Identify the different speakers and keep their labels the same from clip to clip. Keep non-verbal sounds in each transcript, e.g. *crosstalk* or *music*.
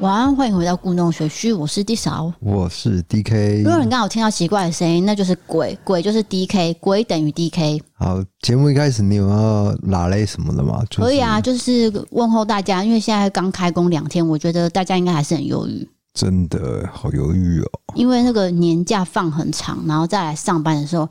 Speaker 1: 晚安，欢迎回到故弄玄虚，我是 D 嫂。
Speaker 2: 我是 D
Speaker 1: 如果
Speaker 2: K。
Speaker 1: 你刚好听到奇怪的声音，那就是鬼，鬼就是 D K，鬼等于 D K。
Speaker 2: 好，节目一开始你有要拉嘞什么的吗？就是、
Speaker 1: 可以啊，，就是问候大家，因为现在刚开工两天，我觉得大家应该还是很忧郁，
Speaker 2: 真的好犹豫哦。
Speaker 1: 因为那个年假放很长，然后再来上班的时候，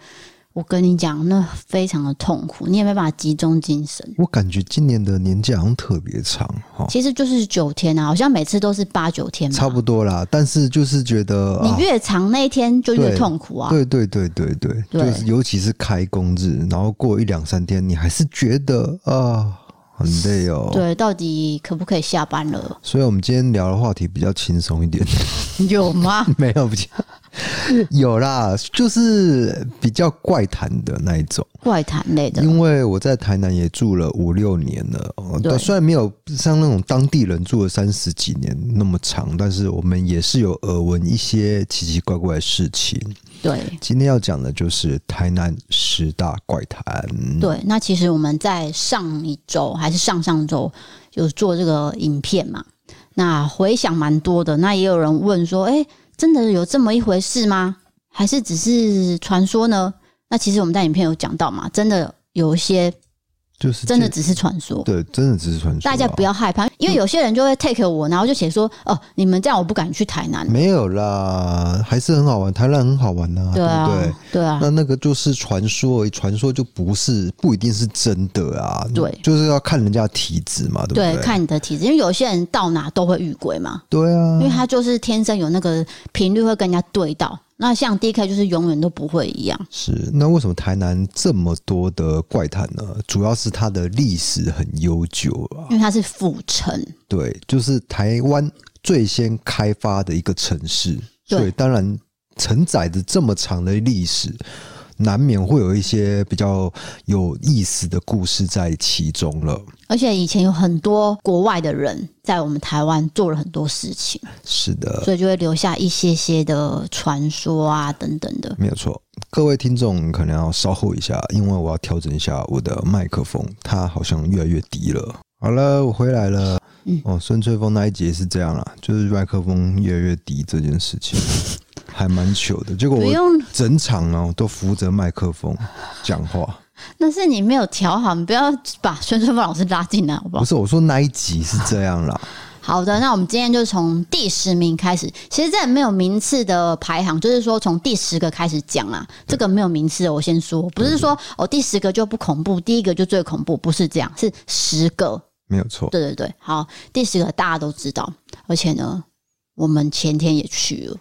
Speaker 1: 我跟你讲，那非常的痛苦，你也没办法集中精神。
Speaker 2: 我感觉今年的年假好像特别长哈、哦，
Speaker 1: 其实就是九天啊，好像每次都是八九天吧。
Speaker 2: 差不多啦。但是就是觉得啊
Speaker 1: 你，越长那一天就越
Speaker 2: 对
Speaker 1: 痛苦啊。
Speaker 2: 对对对对对，
Speaker 1: 对
Speaker 2: 就是尤其是开工日，然后过一两三天，你还是觉得啊很累哦。，
Speaker 1: 对，到底可不可以下班了？
Speaker 2: 所以我们今天聊的话题比较轻松一点， *laughs*
Speaker 1: 有吗？
Speaker 2: 没有比较有啦，就是比较怪谈的那一种。
Speaker 1: 怪谈类的，
Speaker 2: 因为我在台南也住了五六年了，哦
Speaker 1: 对
Speaker 2: 虽然没有像那种当地人住了三十几年那么长，但是我们也是有耳闻一些奇奇怪怪的事情。
Speaker 1: 对。
Speaker 2: 今天要讲的就是台南十大怪谈。
Speaker 1: 对，那其实我们在上一周还是上上周有做这个影片嘛，那回想蛮多的。那也有人问说，哎、真的有这么一回事吗？还是只是传说呢？那其实我们在影片有讲到嘛，真的有一些
Speaker 2: 就是
Speaker 1: 真的
Speaker 2: 这
Speaker 1: 只是传说。
Speaker 2: 对，真的只是传说啊、
Speaker 1: 大家不要害怕，因为有些人就会 take 我，然后就写说，哦，你们这样我不敢去台南。
Speaker 2: 没有啦，还是很好玩，台南很好玩呐、
Speaker 1: 对啊
Speaker 2: 嗯对不对？，
Speaker 1: 对啊，
Speaker 2: 那那个就是传说而已，传说就不是不一定是真的啊。
Speaker 1: 对
Speaker 2: 就是要看人家的体质嘛，对不
Speaker 1: 对，
Speaker 2: 对，
Speaker 1: 看你的体质，因为有些人到哪都会遇鬼嘛，
Speaker 2: 对啊
Speaker 1: 因为，他就是天生有那个频率会跟人家对到。那像 D K 就是永远都不会一样，
Speaker 2: 是，那为什么台南这么多的怪谈呢？主要是它的历史很悠久啊。
Speaker 1: 因为他是府城，
Speaker 2: 对，就是台湾最先开发的一个城市，
Speaker 1: 对
Speaker 2: 所以当然承载着这么长的历史，难免会有一些比较有意思的故事在其中了。
Speaker 1: 而且以前有很多国外的人在我们台湾做了很多事情，
Speaker 2: 是的，
Speaker 1: 所以就会留下一些些的传说啊等等的。
Speaker 2: 没有错。各位听众可能要稍后一下，因为我要调整一下我的麦克风，它好像越来越低了。好了，我回来了。
Speaker 1: 嗯
Speaker 2: 哦，孙翠峰那一节是这样啦，就是麦克风越来越低这件事
Speaker 1: *laughs*
Speaker 2: 情，还蛮糗的。结果
Speaker 1: 不
Speaker 2: 我
Speaker 1: 用，
Speaker 2: 整场哦都扶着麦克风讲话，
Speaker 1: 那是你没有调好，你不要把孙春凤老师拉进来，好不好
Speaker 2: 不？是我说那一集是这样
Speaker 1: *laughs*
Speaker 2: 啦，
Speaker 1: 好的，那我们今天就从第十名开始。其实这没有名次的排行，就是说从第十个开始讲啊。这个没有名次的，我先说，不是说哦第十个就不恐怖，第一个就最恐怖，不是这样，是十个。
Speaker 2: 没有错。
Speaker 1: 对对对，好，第十个大家都知道，而且呢，我们前天也去了，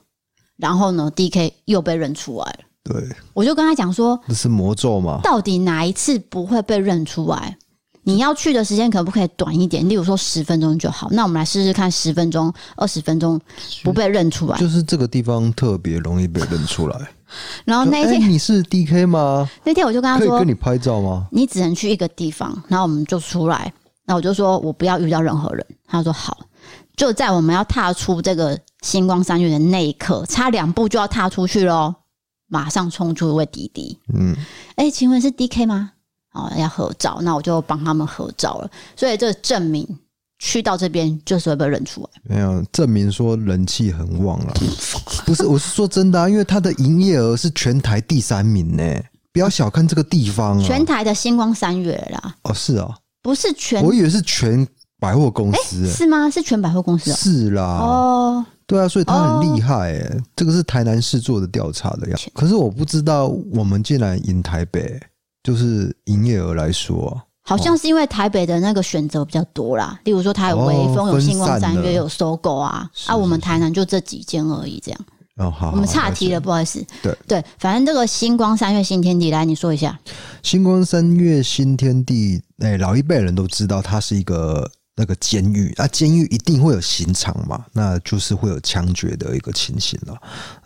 Speaker 1: 然后呢，D K 又被认出来了，
Speaker 2: 对，
Speaker 1: 我就跟他讲说，
Speaker 2: 这是魔咒嘛？
Speaker 1: 到底哪一次不会被认出来？你要去的时间可不可以短一点？例如说十分钟就好。那我们来试试看，十分钟、二十分钟不被认出来。
Speaker 2: 就是这个地方特别容易被认出来。
Speaker 1: 然后
Speaker 2: 就
Speaker 1: 哦那一
Speaker 2: 哎
Speaker 1: 天，
Speaker 2: 你是 D K 吗？
Speaker 1: 那天我就跟他
Speaker 2: 可以
Speaker 1: 说
Speaker 2: 跟，你拍照吗？
Speaker 1: 你只能去一个地方。然后我们就出来，那我就说我不要遇到任何人。他说好。就在我们要踏出这个星光三月的那一刻，差两步就要踏出去喽，马上冲出一位弟弟。
Speaker 2: 嗯，
Speaker 1: 哎、请问是 D K 吗？哦，要合照，那我就帮他们合照了。所以这证明去到这边就是会被认出来。
Speaker 2: 没有证明说人气很旺了， *laughs* 不是，我是说真的、啊，因为它的营业额是全台第三名呢、不要小看这个地方啊！
Speaker 1: 全台的星光三月啦，
Speaker 2: 哦，是啊，
Speaker 1: 不是全
Speaker 2: 我以为是全百货公司、欸
Speaker 1: 是吗？是全百货公司哦。
Speaker 2: 是啦，
Speaker 1: 哦，
Speaker 2: 对啊，所以它很厉害哎、这个是台南市做的调查的呀。可是我不知道，我们竟然赢台北、就是营业额来说啊、
Speaker 1: 好像是因为台北的那个选择比较多啦，例如说台有微风、
Speaker 2: 哦
Speaker 1: 有星光三
Speaker 2: 分散
Speaker 1: 月、
Speaker 2: 了
Speaker 1: 有搜狗啊，
Speaker 2: 是
Speaker 1: 啊，我们
Speaker 2: 是
Speaker 1: 台南就这几间而已，这样。
Speaker 2: 哦，好好
Speaker 1: 我们岔题
Speaker 2: 解
Speaker 1: 了，不好意思。
Speaker 2: 对
Speaker 1: 对，反正这个星光三月新天地，来你说一下。
Speaker 2: 星光三月新天地，哎、老一辈人都知道它是一个那个监狱，啊，监狱一定会有刑场嘛，那就是会有枪决的一个情形了。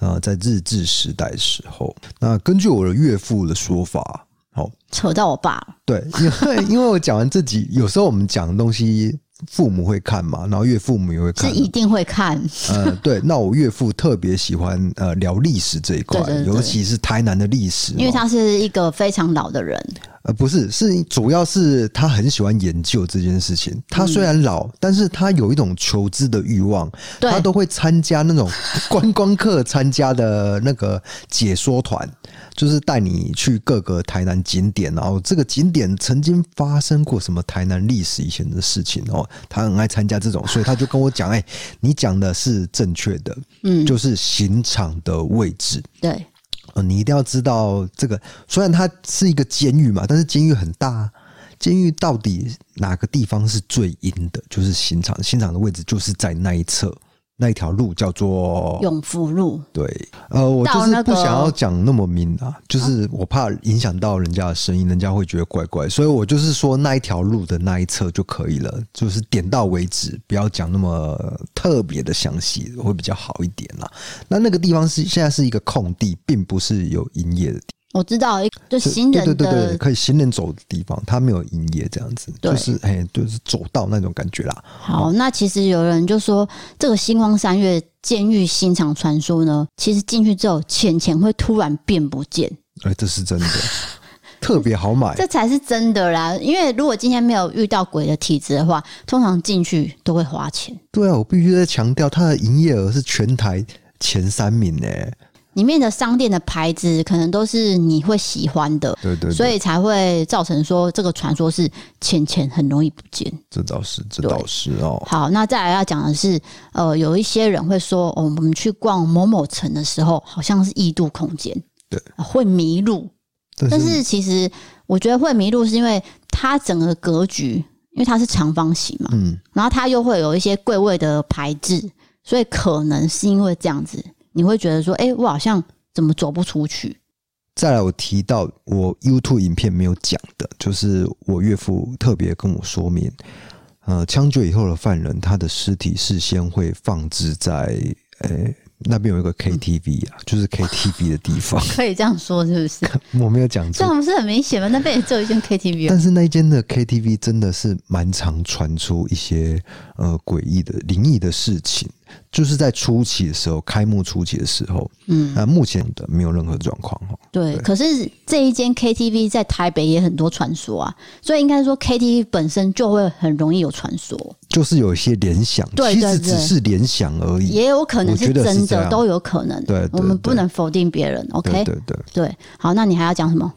Speaker 2: 呃，在日治时代的时候，那根据我的岳父的说法，哦，
Speaker 1: 扯到我爸了，
Speaker 2: 对，因为因为我讲完自己，有时候我们讲的东西，父母会看嘛，然后岳父母也会
Speaker 1: 是
Speaker 2: 看嘛，
Speaker 1: 一定会看。
Speaker 2: 呃，对，那我岳父特别喜欢呃聊历史这一块，
Speaker 1: 对对对
Speaker 2: 尤其是台南的历史哦，
Speaker 1: 因为他是一个非常老的人，
Speaker 2: 呃，不是，是主要是他很喜欢研究这件事情。他虽然老，但是他有一种求知的欲望，
Speaker 1: 对
Speaker 2: 他都会参加那种观光客参加的那个解说团，就是带你去各个台南景点，然后这个景点曾经发生过什么台南历史以前的事情哦，他很爱参加这种，所以他就跟我讲，哎、你讲的是正确的，
Speaker 1: 嗯，
Speaker 2: 就是刑场的位置。
Speaker 1: 对，
Speaker 2: 呃，你一定要知道这个，虽然它是一个监狱嘛，但是监狱很大啊，监狱到底哪个地方是最阴的？就是刑场，刑场的位置就是在那一侧，那一条路叫做
Speaker 1: 永福路，
Speaker 2: 对，呃，我就
Speaker 1: 到
Speaker 2: 是
Speaker 1: 那
Speaker 2: 不
Speaker 1: 个
Speaker 2: 想要讲那么明啊，就是我怕影响到人家的声音，人家会觉得怪怪，所以我就是说那一条路的那一侧就可以了，就是点到为止，不要讲那么特别的详细，会比较好一点啦。那那个地方是现在是一个空地，并不是有营业的地
Speaker 1: 我知道，就
Speaker 2: 就
Speaker 1: 行人
Speaker 2: 对对对对，
Speaker 1: 的
Speaker 2: 可以行人走的地方，它没有营业这样子，
Speaker 1: 对
Speaker 2: 就是哎，就是走道那种感觉啦。
Speaker 1: 好，那其实有人就说，这个星光三月监狱新场传说呢，其实进去之后，钱钱会突然变不见，
Speaker 2: 哎，这是
Speaker 1: *laughs*
Speaker 2: 真的，特别好买。
Speaker 1: 这才是真的啦。因为如果今天没有遇到鬼的体质的话，通常进去都会花钱。
Speaker 2: 对啊，我必须再强调，它的营业额是全台前三名呢、
Speaker 1: 里面的商店的牌子可能都是你会喜欢的，
Speaker 2: 对对
Speaker 1: 所
Speaker 2: 以
Speaker 1: 以才会造成说这个传说是钱钱很容易不见。
Speaker 2: 这倒是，这
Speaker 1: 对
Speaker 2: 倒是哦。
Speaker 1: 好，那再来要讲的是，呃，有一些人会说，哦，我们去逛某某城的时候，好像是异度空间，
Speaker 2: 对
Speaker 1: 呃，会迷路。
Speaker 2: 但
Speaker 1: 但是其实我觉得会迷路，是因为它整个格局，因为它是长方形嘛，
Speaker 2: 嗯，
Speaker 1: 然后它又会有一些柜位的排置，所以可能是因为这样子，你会觉得说，哎、我好像怎么走不出去？ *laughs*
Speaker 2: 再来我提到我 YouTube 影片没有讲的，就是我岳父特别跟我说明，呃，枪决以后的犯人，他的尸体事先会放置在呃、那边有一个 KTV 啊，就是 KTV 的地方， *laughs*
Speaker 1: 可以这样说，是不是？
Speaker 2: 我没有讲
Speaker 1: 这
Speaker 2: 错。
Speaker 1: 样不是很明显吗？那边也只有
Speaker 2: *laughs*
Speaker 1: 一间 KTV 啊
Speaker 2: 但是那一间的 KTV 真的是蛮常传出一些呃诡异的灵异的事情，就是在初期的时候，开幕初期的时候，
Speaker 1: 嗯，
Speaker 2: 那目前的没有任何状况哦。
Speaker 1: 对，可是这一间 KTV 在台北也很多传说啊，所以应该说 KTV 本身就会很容易有传说，
Speaker 2: 就是有一些联想，
Speaker 1: 对
Speaker 2: 其
Speaker 1: 对
Speaker 2: 实
Speaker 1: 对
Speaker 2: 只是联想而已。
Speaker 1: 也有可能
Speaker 2: 嗯我觉得是
Speaker 1: 真
Speaker 2: 这样
Speaker 1: 的，都有可能。
Speaker 2: 对对
Speaker 1: 我们不
Speaker 2: 对
Speaker 1: 能否定别人。
Speaker 2: 对
Speaker 1: OK，
Speaker 2: 对对，
Speaker 1: 对，好，那你还要讲什么？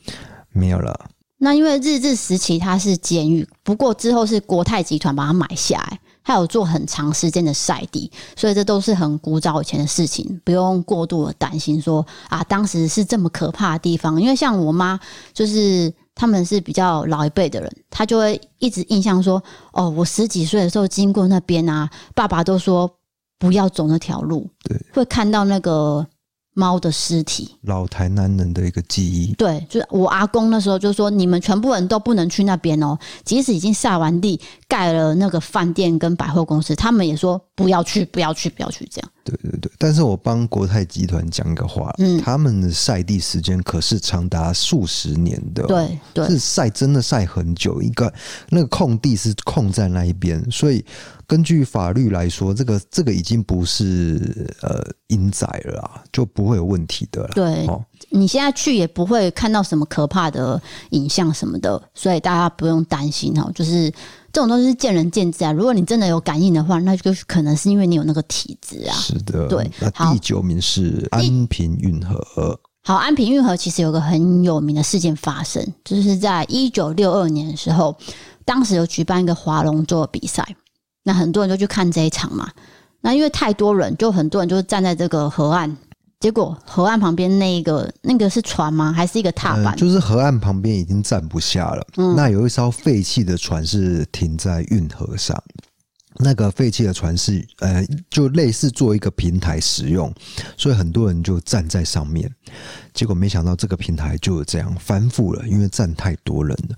Speaker 2: 没有了。
Speaker 1: 那因为日治时期它是监狱，不过之后是国泰集团把它买下来，它有做很长时间的晒地，所以这都是很古早以前的事情，不用过度的担心说啊，当时是这么可怕的地方。因为像我妈就是。他们是比较老一辈的人，她就会一直印象说：“哦，我十几岁的时候经过那边啊，爸爸都说不要走那条路，
Speaker 2: 对，
Speaker 1: 会看到那个猫的尸体。”
Speaker 2: 老台南人的一个记忆，
Speaker 1: 对，就是我阿公那时候就说，你们全部人都不能去那边哦，即使已经下完地盖了那个饭店跟百货公司，他们也说不要去，不要去，不要去这样。
Speaker 2: 对对对。但是我帮国泰集团讲一个话，
Speaker 1: 嗯
Speaker 2: 他们的晒地时间可是长达数十年的哦、
Speaker 1: 对对
Speaker 2: 是晒真的晒很久，一个那个空地是空在那一边，所以根据法律来说，这个这个已经不是呃阴宅了啊，就不会有问题的了。
Speaker 1: 对，
Speaker 2: 哦，
Speaker 1: 你现在去也不会看到什么可怕的影像什么的，所以大家不用担心哦。就是这种东西是见仁见智啊，如果你真的有感应的话，那就可能是因为你有那个体质啊。
Speaker 2: 是的。
Speaker 1: 对
Speaker 2: 那
Speaker 1: 好
Speaker 2: 第九名是安平运河，
Speaker 1: 好，安平运河其实有个很有名的事件发生，就是在一九六二年的时候，当时有举办一个划龙舟的比赛，那很多人就去看这一场嘛。那因为太多人，就很多人就站在这个河岸，结果河岸旁边那一个那个是船吗？还是一个踏
Speaker 2: 嗯
Speaker 1: 板？
Speaker 2: 就是河岸旁边已经站不下了。
Speaker 1: 嗯
Speaker 2: 那有一艘废弃的船是停在运河上。那个废弃的船是呃，就类似做一个平台使用，所以很多人就站在上面。结果没想到这个平台就这样翻覆了，因为站太多人了。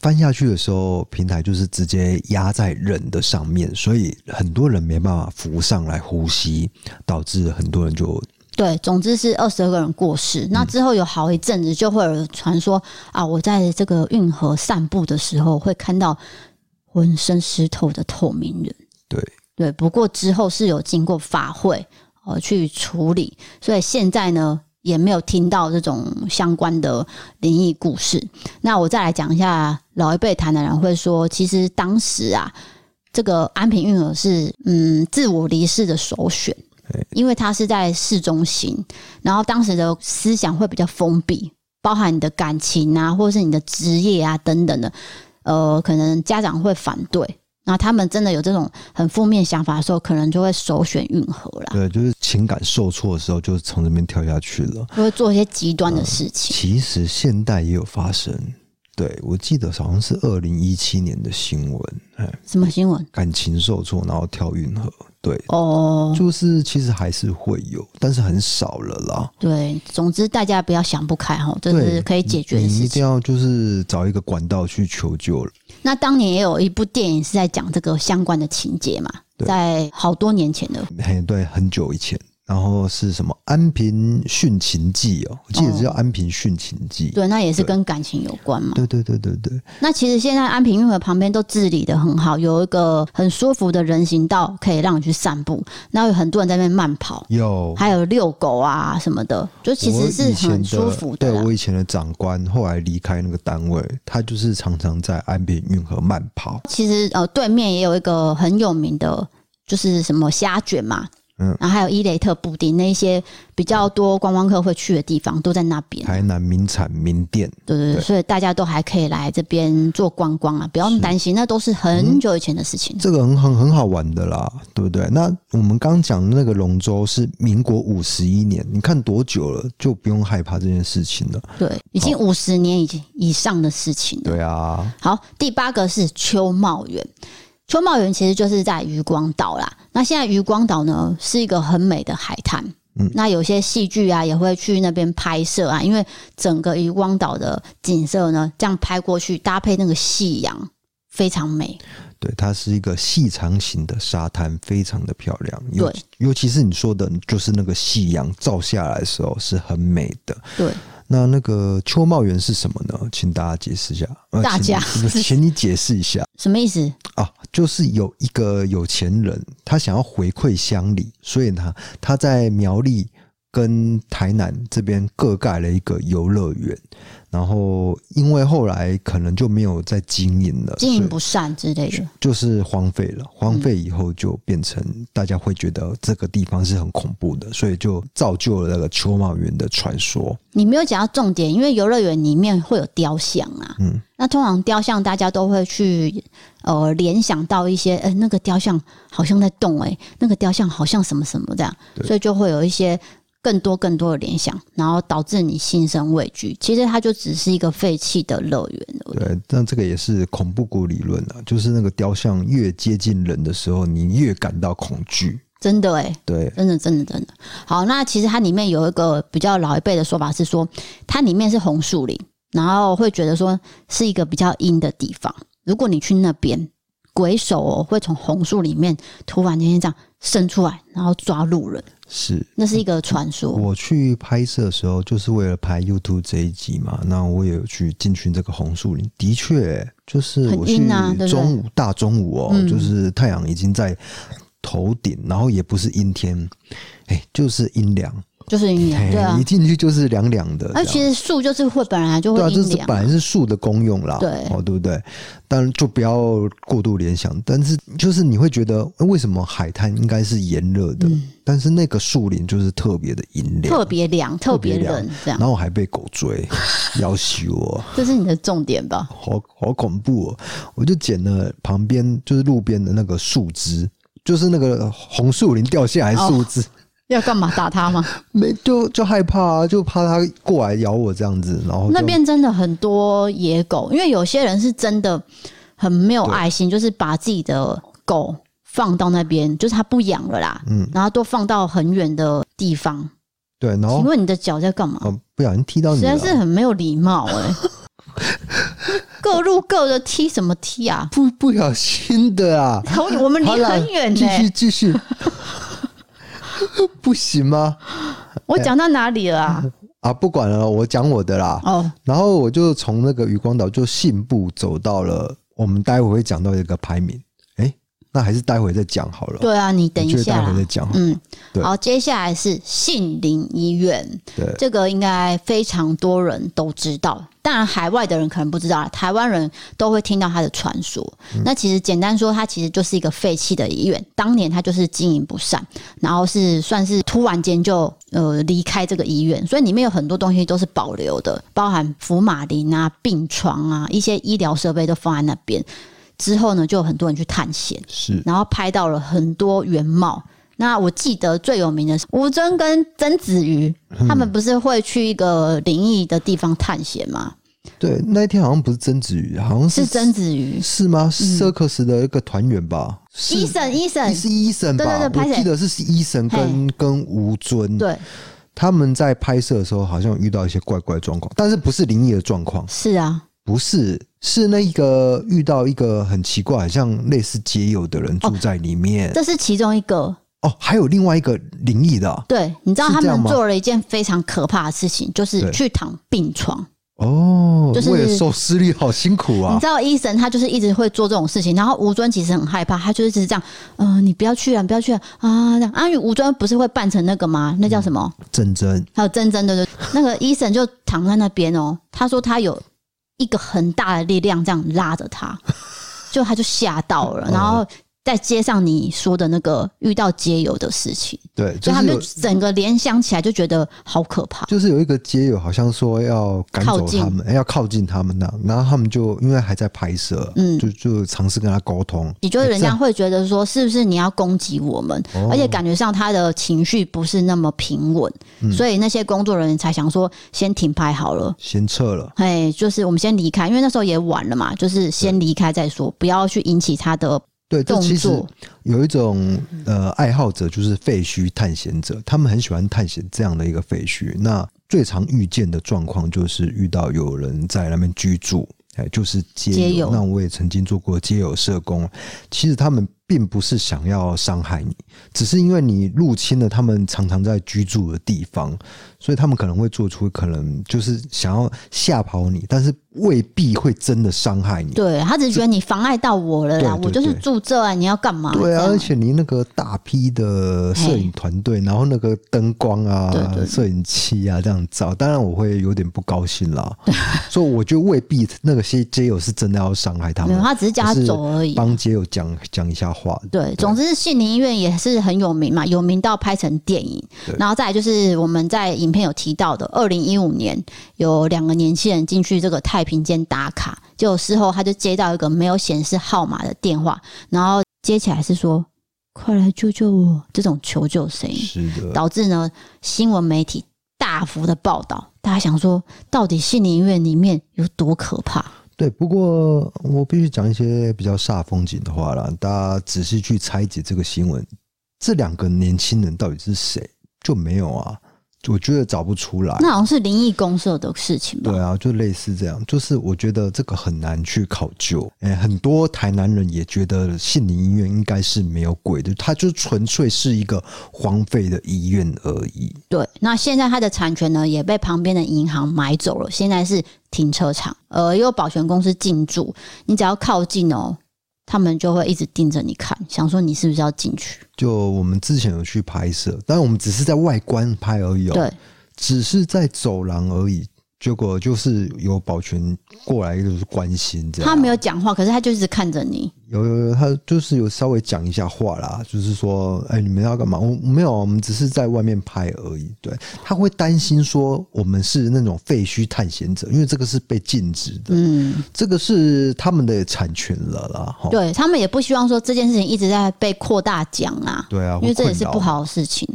Speaker 2: 翻下去的时候，平台就是直接压在人的上面，所以很多人没办法浮上来呼吸，导致很多人就
Speaker 1: 对，总之是二十二个人过世。那之后有好一阵子，就会有传说啊，我在这个运河散步的时候，会看到浑身湿透的透明人。
Speaker 2: 对
Speaker 1: 对，不过之后是有经过法会呃去处理，所以现在呢，也没有听到这种相关的灵异故事。那我再来讲一下，老一辈台南人会说，其实当时啊，这个安平运河是嗯自我离世的首选，因为它是在市中心，然后当时的思想会比较封闭，包含你的感情啊，或者是你的职业啊等等的，呃，可能家长会反对。那他们真的有这种很负面想法的时候，可能就会首选运河啦，
Speaker 2: 对，呃就是情感受挫的时候，就从这边跳下去了。
Speaker 1: 就会做一些极端的事情。
Speaker 2: 其实现代也有发生，对我记得好像是二零一七年的新闻，哎，
Speaker 1: 嗯什么新闻？
Speaker 2: 感情受挫然后跳运河，对，
Speaker 1: 哦，
Speaker 2: 就是其实还是会有，但是很少了啦。
Speaker 1: 对，总之大家不要想不开哈，这是
Speaker 2: 对
Speaker 1: 可以解决的
Speaker 2: 你
Speaker 1: 事
Speaker 2: 一定
Speaker 1: 情。
Speaker 2: 要就是找一个管道去求救了。
Speaker 1: 那当年也有一部电影是在讲这个相关的情节嘛，
Speaker 2: 对
Speaker 1: 在好多年前的，
Speaker 2: 嘿，对，很久以前，然后是什么《安平殉情记》哦，我记得是叫《安平殉情记》
Speaker 1: 对，那也是
Speaker 2: 对
Speaker 1: 跟感情有关嘛。
Speaker 2: 对对对对对，
Speaker 1: 那其实现在安平运河旁边都治理的很好，有一个很舒服的人行道可以让你去散步，然后有很多人在那边慢跑，
Speaker 2: 有。
Speaker 1: 还有遛狗啊什么的，就其
Speaker 2: 我
Speaker 1: 实是
Speaker 2: 以前
Speaker 1: 很舒服
Speaker 2: 对
Speaker 1: 的啦。
Speaker 2: 我以前的长官后来离开那个单位，他就是常常在安平运河慢跑。
Speaker 1: 其实呃，对面也有一个很有名的，就是什么虾卷嘛，
Speaker 2: 嗯
Speaker 1: 然后还有伊雷特布丁那一些比较多观光客会去的地方都在那边。
Speaker 2: 台南名产名店，
Speaker 1: 对对对，
Speaker 2: 对
Speaker 1: 所以大家都还可以来这边做观光啊，不用担心，那都是很久以前的事情。
Speaker 2: 这个很很很好玩的啦，对不对？那我们刚讲的那个龙舟是民国五十一年，你看多久了，就不用害怕这件事情了。
Speaker 1: 对，已经五十年以前以上的事情了。
Speaker 2: 对啊，
Speaker 1: 好，第八个是秋茂园。秋茂园其实就是在渔光岛啦。那现在渔光岛呢是一个很美的海滩，
Speaker 2: 嗯
Speaker 1: 那有些戏剧啊也会去那边拍摄啊，因为整个渔光岛的景色呢，这样拍过去搭配那个夕阳非常美。
Speaker 2: 对，它是一个细长型的沙滩，非常的漂亮。尤
Speaker 1: 对
Speaker 2: 尤其是你说的，就是那个夕阳照下来的时候是很美的。
Speaker 1: 对，
Speaker 2: 那那个秋茂园是什么呢？请大家解释一下。呃
Speaker 1: 大家
Speaker 2: 请不是请你解释一下
Speaker 1: 什么意思？
Speaker 2: 啊，就是有一个有钱人，他想要回馈乡里，所以呢，他在苗栗跟台南这边各盖了一个游乐园，然后因为后来可能就没有再经营了，
Speaker 1: 经
Speaker 2: 所以
Speaker 1: 营不善之类的。
Speaker 2: 就是荒废了，荒废以后就变成大家会觉得这个地方是很恐怖的，所以就造就了那个秋茂园的传说。
Speaker 1: 你没有讲到重点，因为游乐园里面会有雕像啊。
Speaker 2: 嗯
Speaker 1: 那通常雕像大家都会去呃联想到一些，哎、那个雕像好像在动、哎，那个雕像好像什么什么这样，
Speaker 2: 对
Speaker 1: 所以就会有一些更多更多的联想，然后导致你心生畏惧。其实它就只是一个废弃的乐园而已。
Speaker 2: 对，那这个也是恐怖谷理论啊，就是那个雕像越接近人的时候，你越感到恐惧。
Speaker 1: 真的哎、
Speaker 2: 对，
Speaker 1: 真的，真的，真的。好，那其实它里面有一个比较老一辈的说法是说，它里面是红树林，然后会觉得说是一个比较阴的地方。如果你去那边，鬼手、哦、会从红树里面突然间这样伸出来，然后抓路人，
Speaker 2: 是
Speaker 1: 那是一个传说。
Speaker 2: 我去拍摄的时候，就是为了拍 YouTube 这一集嘛。那我也有去进去这个红树林，的确就是
Speaker 1: 很
Speaker 2: 我去
Speaker 1: 阴啊对不对
Speaker 2: 中午大中午哦，
Speaker 1: 嗯
Speaker 2: 就是太阳已经在头顶，然后也不是阴天，哎、就是阴凉，
Speaker 1: 就是阴
Speaker 2: 哎
Speaker 1: 凉，对啊
Speaker 2: 一。进去就是凉凉的这
Speaker 1: 那
Speaker 2: 样。
Speaker 1: 其实树就是会本来就
Speaker 2: 对
Speaker 1: 会
Speaker 2: 啊，这
Speaker 1: 阴
Speaker 2: 是
Speaker 1: 凉
Speaker 2: 本来是树的功用啦，
Speaker 1: 对
Speaker 2: 哦，对不对？当然就不要过度联想，但是就是你会觉得呃为什么海滩应该是炎热的，但是那个树林就是特别的阴
Speaker 1: 嗯
Speaker 2: 凉
Speaker 1: 特，别凉，特别啊
Speaker 2: 特别
Speaker 1: 冷，这
Speaker 2: 然
Speaker 1: 样，
Speaker 2: 后我还被狗追， *laughs* 要死我，
Speaker 1: 这是你的重点吧？
Speaker 2: 好好恐怖哦！我就捡了旁边就是路边的那个树枝，就是那个红树林掉下来的树
Speaker 1: 哦
Speaker 2: 枝。
Speaker 1: 要干嘛打它吗？
Speaker 2: 没就就害怕啊，就怕它过来咬我这样子，然后哦就
Speaker 1: 那边真的很多野狗，因为有些人是真的很没有爱心，就是把自己的狗放到那边，就是他不养了啦，
Speaker 2: 嗯
Speaker 1: 然后都放到很远的地方。
Speaker 2: 对，然
Speaker 1: 请
Speaker 2: 后
Speaker 1: 问你的脚在干嘛？
Speaker 2: 哦不啊小心踢到
Speaker 1: 实
Speaker 2: 你了
Speaker 1: 在，是很没有礼貌哎、
Speaker 2: *laughs*
Speaker 1: 各路各的踢什么踢啊？
Speaker 2: 不不小心的啊。
Speaker 1: 我们离
Speaker 2: 好了
Speaker 1: 很远呢、
Speaker 2: 继续继续， *laughs* 不行吗？
Speaker 1: 我讲到哪里了
Speaker 2: *laughs*
Speaker 1: 啊？
Speaker 2: 啊，不管了，我讲我的啦。
Speaker 1: 哦，
Speaker 2: 然后我就从那个渔光岛就信步走到了我们待会会讲到一个排名，哎、那还是待会再讲好了。
Speaker 1: 对啊，你等
Speaker 2: 我
Speaker 1: 一
Speaker 2: 觉得
Speaker 1: 下
Speaker 2: 待会再
Speaker 1: 啦。
Speaker 2: 讲好了。
Speaker 1: 嗯，
Speaker 2: 对
Speaker 1: 好，接下来是杏林医院，
Speaker 2: 对，
Speaker 1: 这个应该非常多人都知道，当然海外的人可能不知道啦，台湾人都会听到它的传说。那其实简单说，它其实就是一个废弃的医院，当年它就是经营不善，然后是算是突然间就呃离开这个医院，所以里面有很多东西都是保留的，包含福马林啊、病床啊、一些医疗设备都放在那边。之后呢，就有很多人去探险，
Speaker 2: 是
Speaker 1: 然后拍到了很多原貌。那我记得最有名的是吴尊跟曾子瑜，
Speaker 2: 嗯
Speaker 1: 他们不是会去一个灵异的地方探险吗？
Speaker 2: 对。那一天好像不是曾子瑜，好像
Speaker 1: 是
Speaker 2: 是
Speaker 1: 曾子瑜、嗯
Speaker 2: 是吗？Circus 的一个团员吧，是
Speaker 1: 医生、医生，
Speaker 2: 是医生吧？
Speaker 1: 对对对拍谁
Speaker 2: 我记得是医生跟跟吴尊，
Speaker 1: 对，
Speaker 2: 他们在拍摄的时候好像有遇到一些怪怪的状况，但是不是灵异的状况，
Speaker 1: 是啊，
Speaker 2: 不是，是那个遇到一个很奇怪，好像类似街友的人住在里面
Speaker 1: 哦这是其中一个。
Speaker 2: 哦还有另外一个灵异的啊
Speaker 1: 对，你知道
Speaker 2: 是
Speaker 1: 他
Speaker 2: 这样
Speaker 1: 们
Speaker 2: 吗
Speaker 1: 做了一件非常可怕的事情，就是
Speaker 2: 对
Speaker 1: 去躺病床。
Speaker 2: 哦，
Speaker 1: 就是
Speaker 2: 为了收视率好辛苦
Speaker 1: 你
Speaker 2: 啊
Speaker 1: 知，道医生他就是一直会做这种事情，然后吴尊其实很害怕，他就是一直这样，嗯、你不要去啊，你不要去啊啊！这样啊，因为吴尊不是会扮成那个吗？那叫什么？
Speaker 2: 真真
Speaker 1: 还有真真的，对对那个医生就躺在那边哦，他说他有一个很大的力量这样拉着
Speaker 2: *laughs*
Speaker 1: 他，就他就吓到
Speaker 2: 哦
Speaker 1: 了，然后再接上你说的那个遇到街友的事情，
Speaker 2: 对，
Speaker 1: 所
Speaker 2: 就
Speaker 1: 以他
Speaker 2: 是
Speaker 1: 们
Speaker 2: 有
Speaker 1: 就整个联想起来就觉得好可怕。
Speaker 2: 就是有一个街友好像说要赶走他们，要靠近他们那样，然后他们就因为还在拍摄，
Speaker 1: 嗯
Speaker 2: 就就尝试跟他沟通，
Speaker 1: 也就是人家会觉得说，是不是你要攻击我们？
Speaker 2: 哦
Speaker 1: 而且感觉上他的情绪不是那么平稳，
Speaker 2: 嗯
Speaker 1: 所以那些工作人员才想说先停拍好了，
Speaker 2: 先撤了。
Speaker 1: 哎，就是我们先离开，因为那时候也晚了嘛，就是先离开再说，不要去引起他的
Speaker 2: 对，这
Speaker 1: 动
Speaker 2: 其实
Speaker 1: 作。嗯
Speaker 2: 有一种呃爱好者，就是废墟探险者，他们很喜欢探险这样的一个废墟。那最常遇见的状况就是遇到有人在那边居住，哎，就是街友。
Speaker 1: 街友
Speaker 2: 那我也曾经做过街友社工，其实他们并不是想要伤害你，只是因为你入侵了他们常常在居住的地方，所以他们可能会做出可能就是想要吓跑你，但是未必会真的伤害你。
Speaker 1: 对他只是觉得你妨碍到我了啦，
Speaker 2: 对对
Speaker 1: 我就是
Speaker 2: 对
Speaker 1: 住这啊，你要干嘛？
Speaker 2: 对啊，
Speaker 1: 这
Speaker 2: 而
Speaker 1: 样
Speaker 2: 且你那个大批的摄影团队，然后那个灯光啊
Speaker 1: 对对、
Speaker 2: 摄影器啊这样照，当然我会有点不高兴
Speaker 1: *laughs*
Speaker 2: 啦。所以我觉得未必那个些街友是真的要伤害他
Speaker 1: 没有，
Speaker 2: 们，
Speaker 1: 他只是叫他走而已。
Speaker 2: 帮街友讲讲一下话。
Speaker 1: 对，总之杏林医院也是很有名嘛，有名到拍成电影
Speaker 2: 对。
Speaker 1: 然后再来就是我们在影片有提到的，二零一五年有两个年轻人进去这个太平间打卡，结果事后他就接到一个没有显示号码的电话，然后接起来是说“快来救救我”这种求救声音。
Speaker 2: 是的，
Speaker 1: 导致呢新闻媒体大幅的报道。大家想说，到底杏林医院里面有多可怕？
Speaker 2: 对。不过我必须讲一些比较煞风景的话啦，大家仔细去拆解这个新闻，这两个年轻人到底是谁，就没有啊，我觉得找不出来。
Speaker 1: 那好像是灵异公社的事情吧
Speaker 2: 哎对？啊，就类似这样，就是我觉得这个很难去考究。哎、很多台南人也觉得杏林医院应该是没有鬼的，它就纯粹是一个荒废的医院而已。
Speaker 1: 对，那现在它的产权呢也被旁边的银行买走了，现在是停车场，呃，也有保全公司进驻，你只要靠近哦。他们就会一直盯着你看，想说你是不是要进去？
Speaker 2: 就我们之前有去拍摄，但我们只是在外观拍而已、哦，
Speaker 1: 对，
Speaker 2: 只是在走廊而已。结果就是有保全过来，就是关心这样。
Speaker 1: 他没有讲话，可是他就一直看着你。
Speaker 2: 有有有，他就是有稍微讲一下话啦，就是说，哎、你们要干嘛？我没有，我们只是在外面拍而已。对，他会担心说我们是那种废墟探险者，因为这个是被禁止的，
Speaker 1: 嗯，
Speaker 2: 这个是他们的产权了啦。齁
Speaker 1: 对他们也不希望说这件事情一直在被扩大讲啊。
Speaker 2: 对啊，
Speaker 1: 因为
Speaker 2: 会
Speaker 1: 这也
Speaker 2: 困
Speaker 1: 是
Speaker 2: 扰
Speaker 1: 不
Speaker 2: 嘛。
Speaker 1: 好的事情。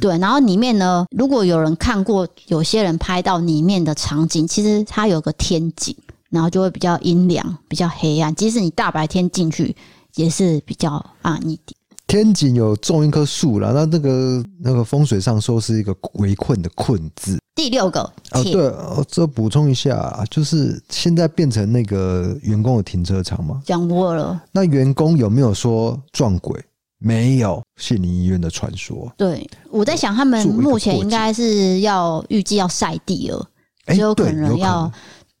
Speaker 1: 对，然后里面呢，如果有人看过，有些人拍到里面的场景，其实它有个天井，然后就会比较阴凉、比较黑暗。即使你大白天进去，也是比较暗一点。
Speaker 2: 天井有种一棵树啦，那那个那个风水上说是一个围困的困字。
Speaker 1: 第六个
Speaker 2: 哦，
Speaker 1: 铁、
Speaker 2: 对，哦，这补充一下，啊就是现在变成那个员工的停车场嘛，
Speaker 1: 讲过了，
Speaker 2: 那员工有没有说撞鬼？没有，杏林医院的传说。
Speaker 1: 对我在想，他们
Speaker 2: 作为一个
Speaker 1: 目前
Speaker 2: 破解
Speaker 1: 应该是要预计要晒地了，
Speaker 2: 哎、
Speaker 1: 只有
Speaker 2: 对，
Speaker 1: 可能
Speaker 2: 有可
Speaker 1: 要啊
Speaker 2: 能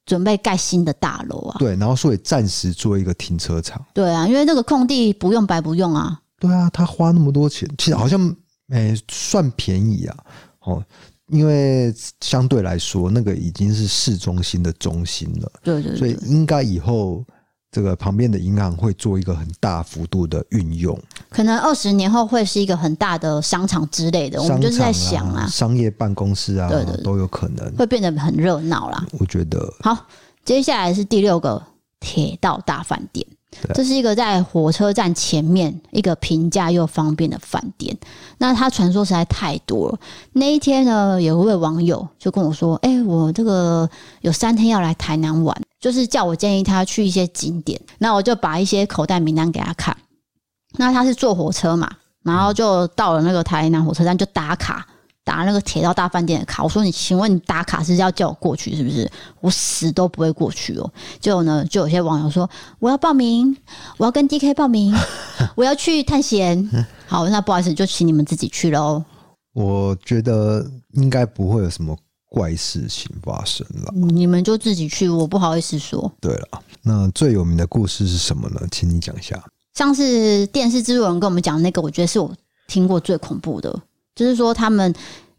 Speaker 1: 准备盖新的大楼啊。
Speaker 2: 对，然后所以暂时做一个停车场。
Speaker 1: 对啊，因为那个空地不用白不用啊。
Speaker 2: 对啊，他花那么多钱，其实好像诶、算便宜啊，哦，因为相对来说，那个已经是市中心的中心了，
Speaker 1: 对对
Speaker 2: 所以
Speaker 1: 对，
Speaker 2: 应该以后这个旁边的银行会做一个很大幅度的运用，
Speaker 1: 可能二十年后会是一个很大的商场之类的，我们
Speaker 2: 商
Speaker 1: 就是在
Speaker 2: 场
Speaker 1: 想啊，
Speaker 2: 商业办公室啊，
Speaker 1: 对对对
Speaker 2: 都有可能。
Speaker 1: 会变得很热闹啦。
Speaker 2: 我觉得
Speaker 1: 好，接下来是第六个铁道大饭店
Speaker 2: 对。
Speaker 1: 这是一个在火车站前面一个平价又方便的饭店。那它传说实在太多了。那一天呢，有一位网友就跟我说：“哎、我这个有三天要来台南玩，就是叫我建议他去一些景点。”那我就把一些口袋名单给他看。那他是坐火车嘛，然后就到了那个台南火车站就打卡，打那个铁道大饭店的卡。我说你，请问你打卡是要叫我过去是不是？我死都不会过去哦。结果呢，就有些网友说我要报名，我要跟 DK 报名，我要去探险。好，那不好意思，就请你们自己去喽。
Speaker 2: 我觉得应该不会有什么怪事情发生了。
Speaker 1: 你们就自己去，我不好意思说。
Speaker 2: 对了，那最有名的故事是什么呢？请你讲一下。
Speaker 1: 上次电视制作人跟我们讲那个，我觉得是我听过最恐怖的，就是说他们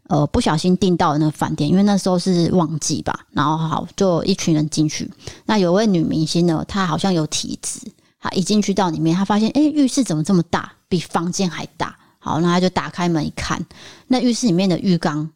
Speaker 1: 呃不小心订到了那个饭店，因为那时候是旺季吧，然后好就一群人进去，那有位女明星呢，她好像有体质，她一进去到里面，她发现诶浴室怎么这么大，比房间还大，好，那她就打开门一看，那浴室里面的浴缸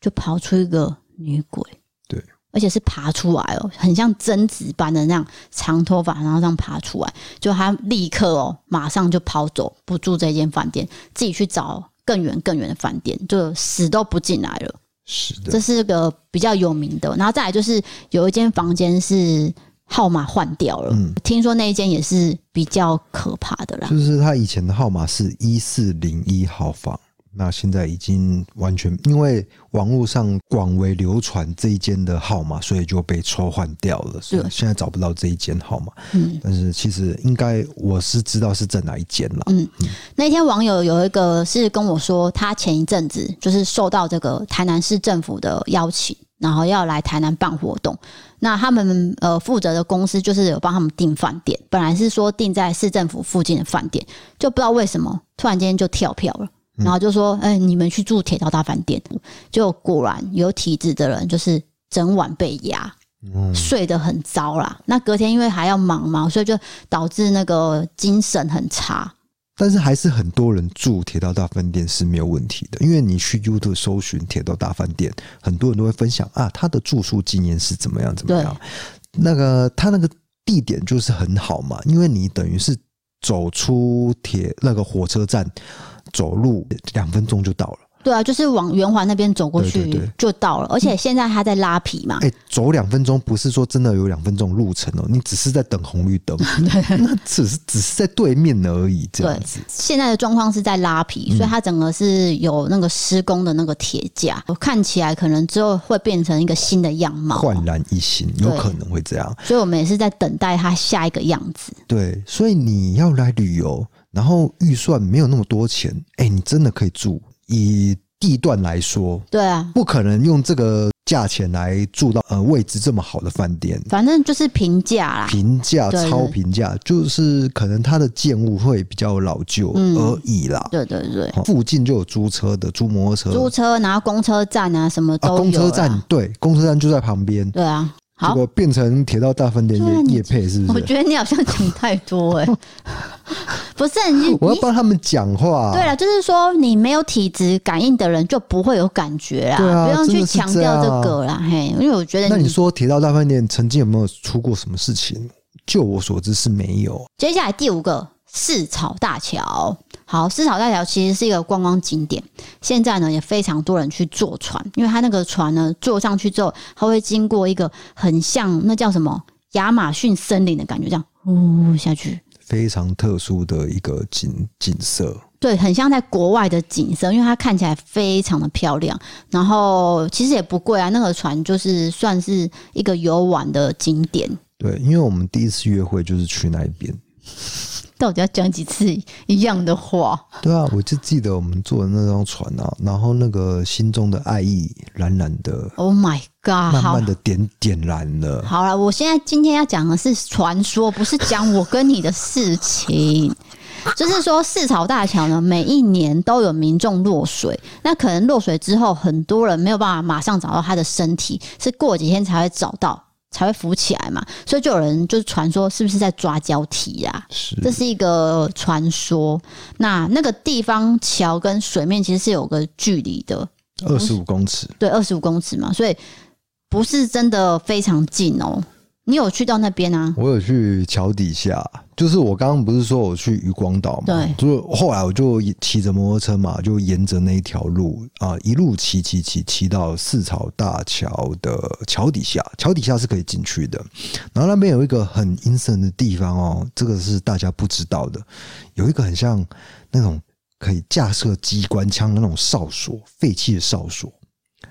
Speaker 1: 就跑出一个女鬼，
Speaker 2: 对。
Speaker 1: 而且是爬出来哦，很像贞子般的那样长头发，然后这样爬出来。就他立刻哦，马上就跑走，不住这间饭店，自己去找更远更远的饭店，就死都不进来了。
Speaker 2: 是的，
Speaker 1: 这是个比较有名的。然后再来就是有一间房间是号码换掉了，
Speaker 2: 嗯
Speaker 1: 听说那一间也是比较可怕的啦。
Speaker 2: 就是他以前的号码是一四零一号房，那现在已经完全因为网络上广为流传这一间的号码，所以就被抽换掉了，所以现在找不到这一间号码。
Speaker 1: 嗯，
Speaker 2: 但是其实应该我是知道是在哪一间啦。
Speaker 1: 那天网友有一个是跟我说，他前一阵子就是受到这个台南市政府的邀请，然后要来台南办活动。那他们呃负责的公司就是有帮他们订饭店，本来是说订在市政府附近的饭店，就不知道为什么突然间就跳票了。然后就说：“哎、你们去住铁道大饭店。”就果然有体质的人，就是整晚被压，
Speaker 2: 嗯，
Speaker 1: 睡得很糟啦。那隔天因为还要忙嘛，所以就导致那个精神很差。
Speaker 2: 但是还是很多人住铁道大饭店是没有问题的，因为你去 YouTube 搜寻铁道大饭店，很多人都会分享啊，他的住宿经验是怎么样怎么样。那个他那个地点就是很好嘛，因为你等于是走出铁那个火车站，走路两分钟就到了。
Speaker 1: 对啊，就是往圆环那边走过
Speaker 2: 对对
Speaker 1: 去
Speaker 2: 对嗯
Speaker 1: 就到了，而且现在他在拉皮嘛，
Speaker 2: 哎、走两分钟不是说真的有两分钟路程哦，你只是在等红绿灯，那只是只是在对面而已，这样子。
Speaker 1: 现在的状况是在拉
Speaker 2: 嗯
Speaker 1: 皮，所以它整个是有那个施工的那个铁架，看起来可能之后会变成一个新的样貌，
Speaker 2: 焕然一新，有
Speaker 1: 对
Speaker 2: 可能会这样。
Speaker 1: 所以我们也是在等待它下一个样子。
Speaker 2: 对，所以你要来旅游，然后预算没有那么多钱，哎、你真的可以住。以地段来说，
Speaker 1: 对啊，
Speaker 2: 不可能用这个价钱来住到呃位置这么好的饭店，
Speaker 1: 反正就是平价啦，
Speaker 2: 平价
Speaker 1: 对对
Speaker 2: 超平价，就是可能它的建物会比较老旧
Speaker 1: 嗯
Speaker 2: 而已啦。
Speaker 1: 对对对，
Speaker 2: 哦附近就有租车的，租摩托车，
Speaker 1: 租车然后公车站啊什么
Speaker 2: 呃啊，
Speaker 1: 都有、
Speaker 2: 公车站，对，公车站就在旁边，
Speaker 1: 对啊，
Speaker 2: 结
Speaker 1: 好，
Speaker 2: 果变成铁道大饭店
Speaker 1: 对啊你
Speaker 2: 夜夜配，是不
Speaker 1: 我
Speaker 2: 是？
Speaker 1: 觉得你好像讲太多
Speaker 2: *laughs*
Speaker 1: 哎、不是你
Speaker 2: 我
Speaker 1: 你
Speaker 2: 要帮他们讲话。啊
Speaker 1: 对了，啊就是说你没有体质感应的人就不会有感觉啦，
Speaker 2: 对啊
Speaker 1: 不用
Speaker 2: 真
Speaker 1: 去
Speaker 2: 的是
Speaker 1: 强
Speaker 2: 这样
Speaker 1: 调
Speaker 2: 啊
Speaker 1: 这个啦，嘿，因为我觉得
Speaker 2: 那你说铁道大饭店曾经有没有出过什么事情？就我所知是没有。
Speaker 1: 接下来第五个市草大桥，好，市草大桥其实是一个观光景点，现在呢也非常多人去坐船，因为它那个船呢坐上去之后，它会经过一个很像那叫什么亚马逊森林的感觉，这样呜下去。
Speaker 2: 非常特殊的一个景景色，
Speaker 1: 对，很像在国外的景色，因为它看起来非常的漂亮。然后其实也不贵啊，那个船就是算是一个游玩的景点。
Speaker 2: 对，因为我们第一次约会就是去那一边，
Speaker 1: 到底要讲几次一样的话？
Speaker 2: 对啊，我就记得我们坐的那张船啊，然后那个心中的爱意冉冉的，
Speaker 1: Oh my god！
Speaker 2: 慢
Speaker 1: 好
Speaker 2: 慢的点点燃了。
Speaker 1: 好了，我现在今天要讲的是传说，不是讲我跟你的事情。就是说，四草大桥呢，每一年都有民众落水。那可能落水之后，很多人没有办法马上找到他的身体，是过几天才会找到，才会浮起来嘛。所以就有人就是传说，是不是在抓交替呀、
Speaker 2: 是
Speaker 1: 这是一个传说。那那个地方桥跟水面其实是有个距离的，
Speaker 2: 二十五公尺，
Speaker 1: 对，二十五公尺嘛，所以不是真的非常近哦。你有去到那边啊？
Speaker 2: 我有去桥底下，就是我刚刚不是说我去渔光岛嘛，
Speaker 1: 对
Speaker 2: 就后来我就骑着摩托车嘛，就沿着那一条路啊、一路骑骑骑骑到四草大桥的桥底下，桥底下是可以进去的。然后那边有一个很阴森的地方哦，这个是大家不知道的，有一个很像那种可以架设机关枪的那种哨所，废弃的哨所。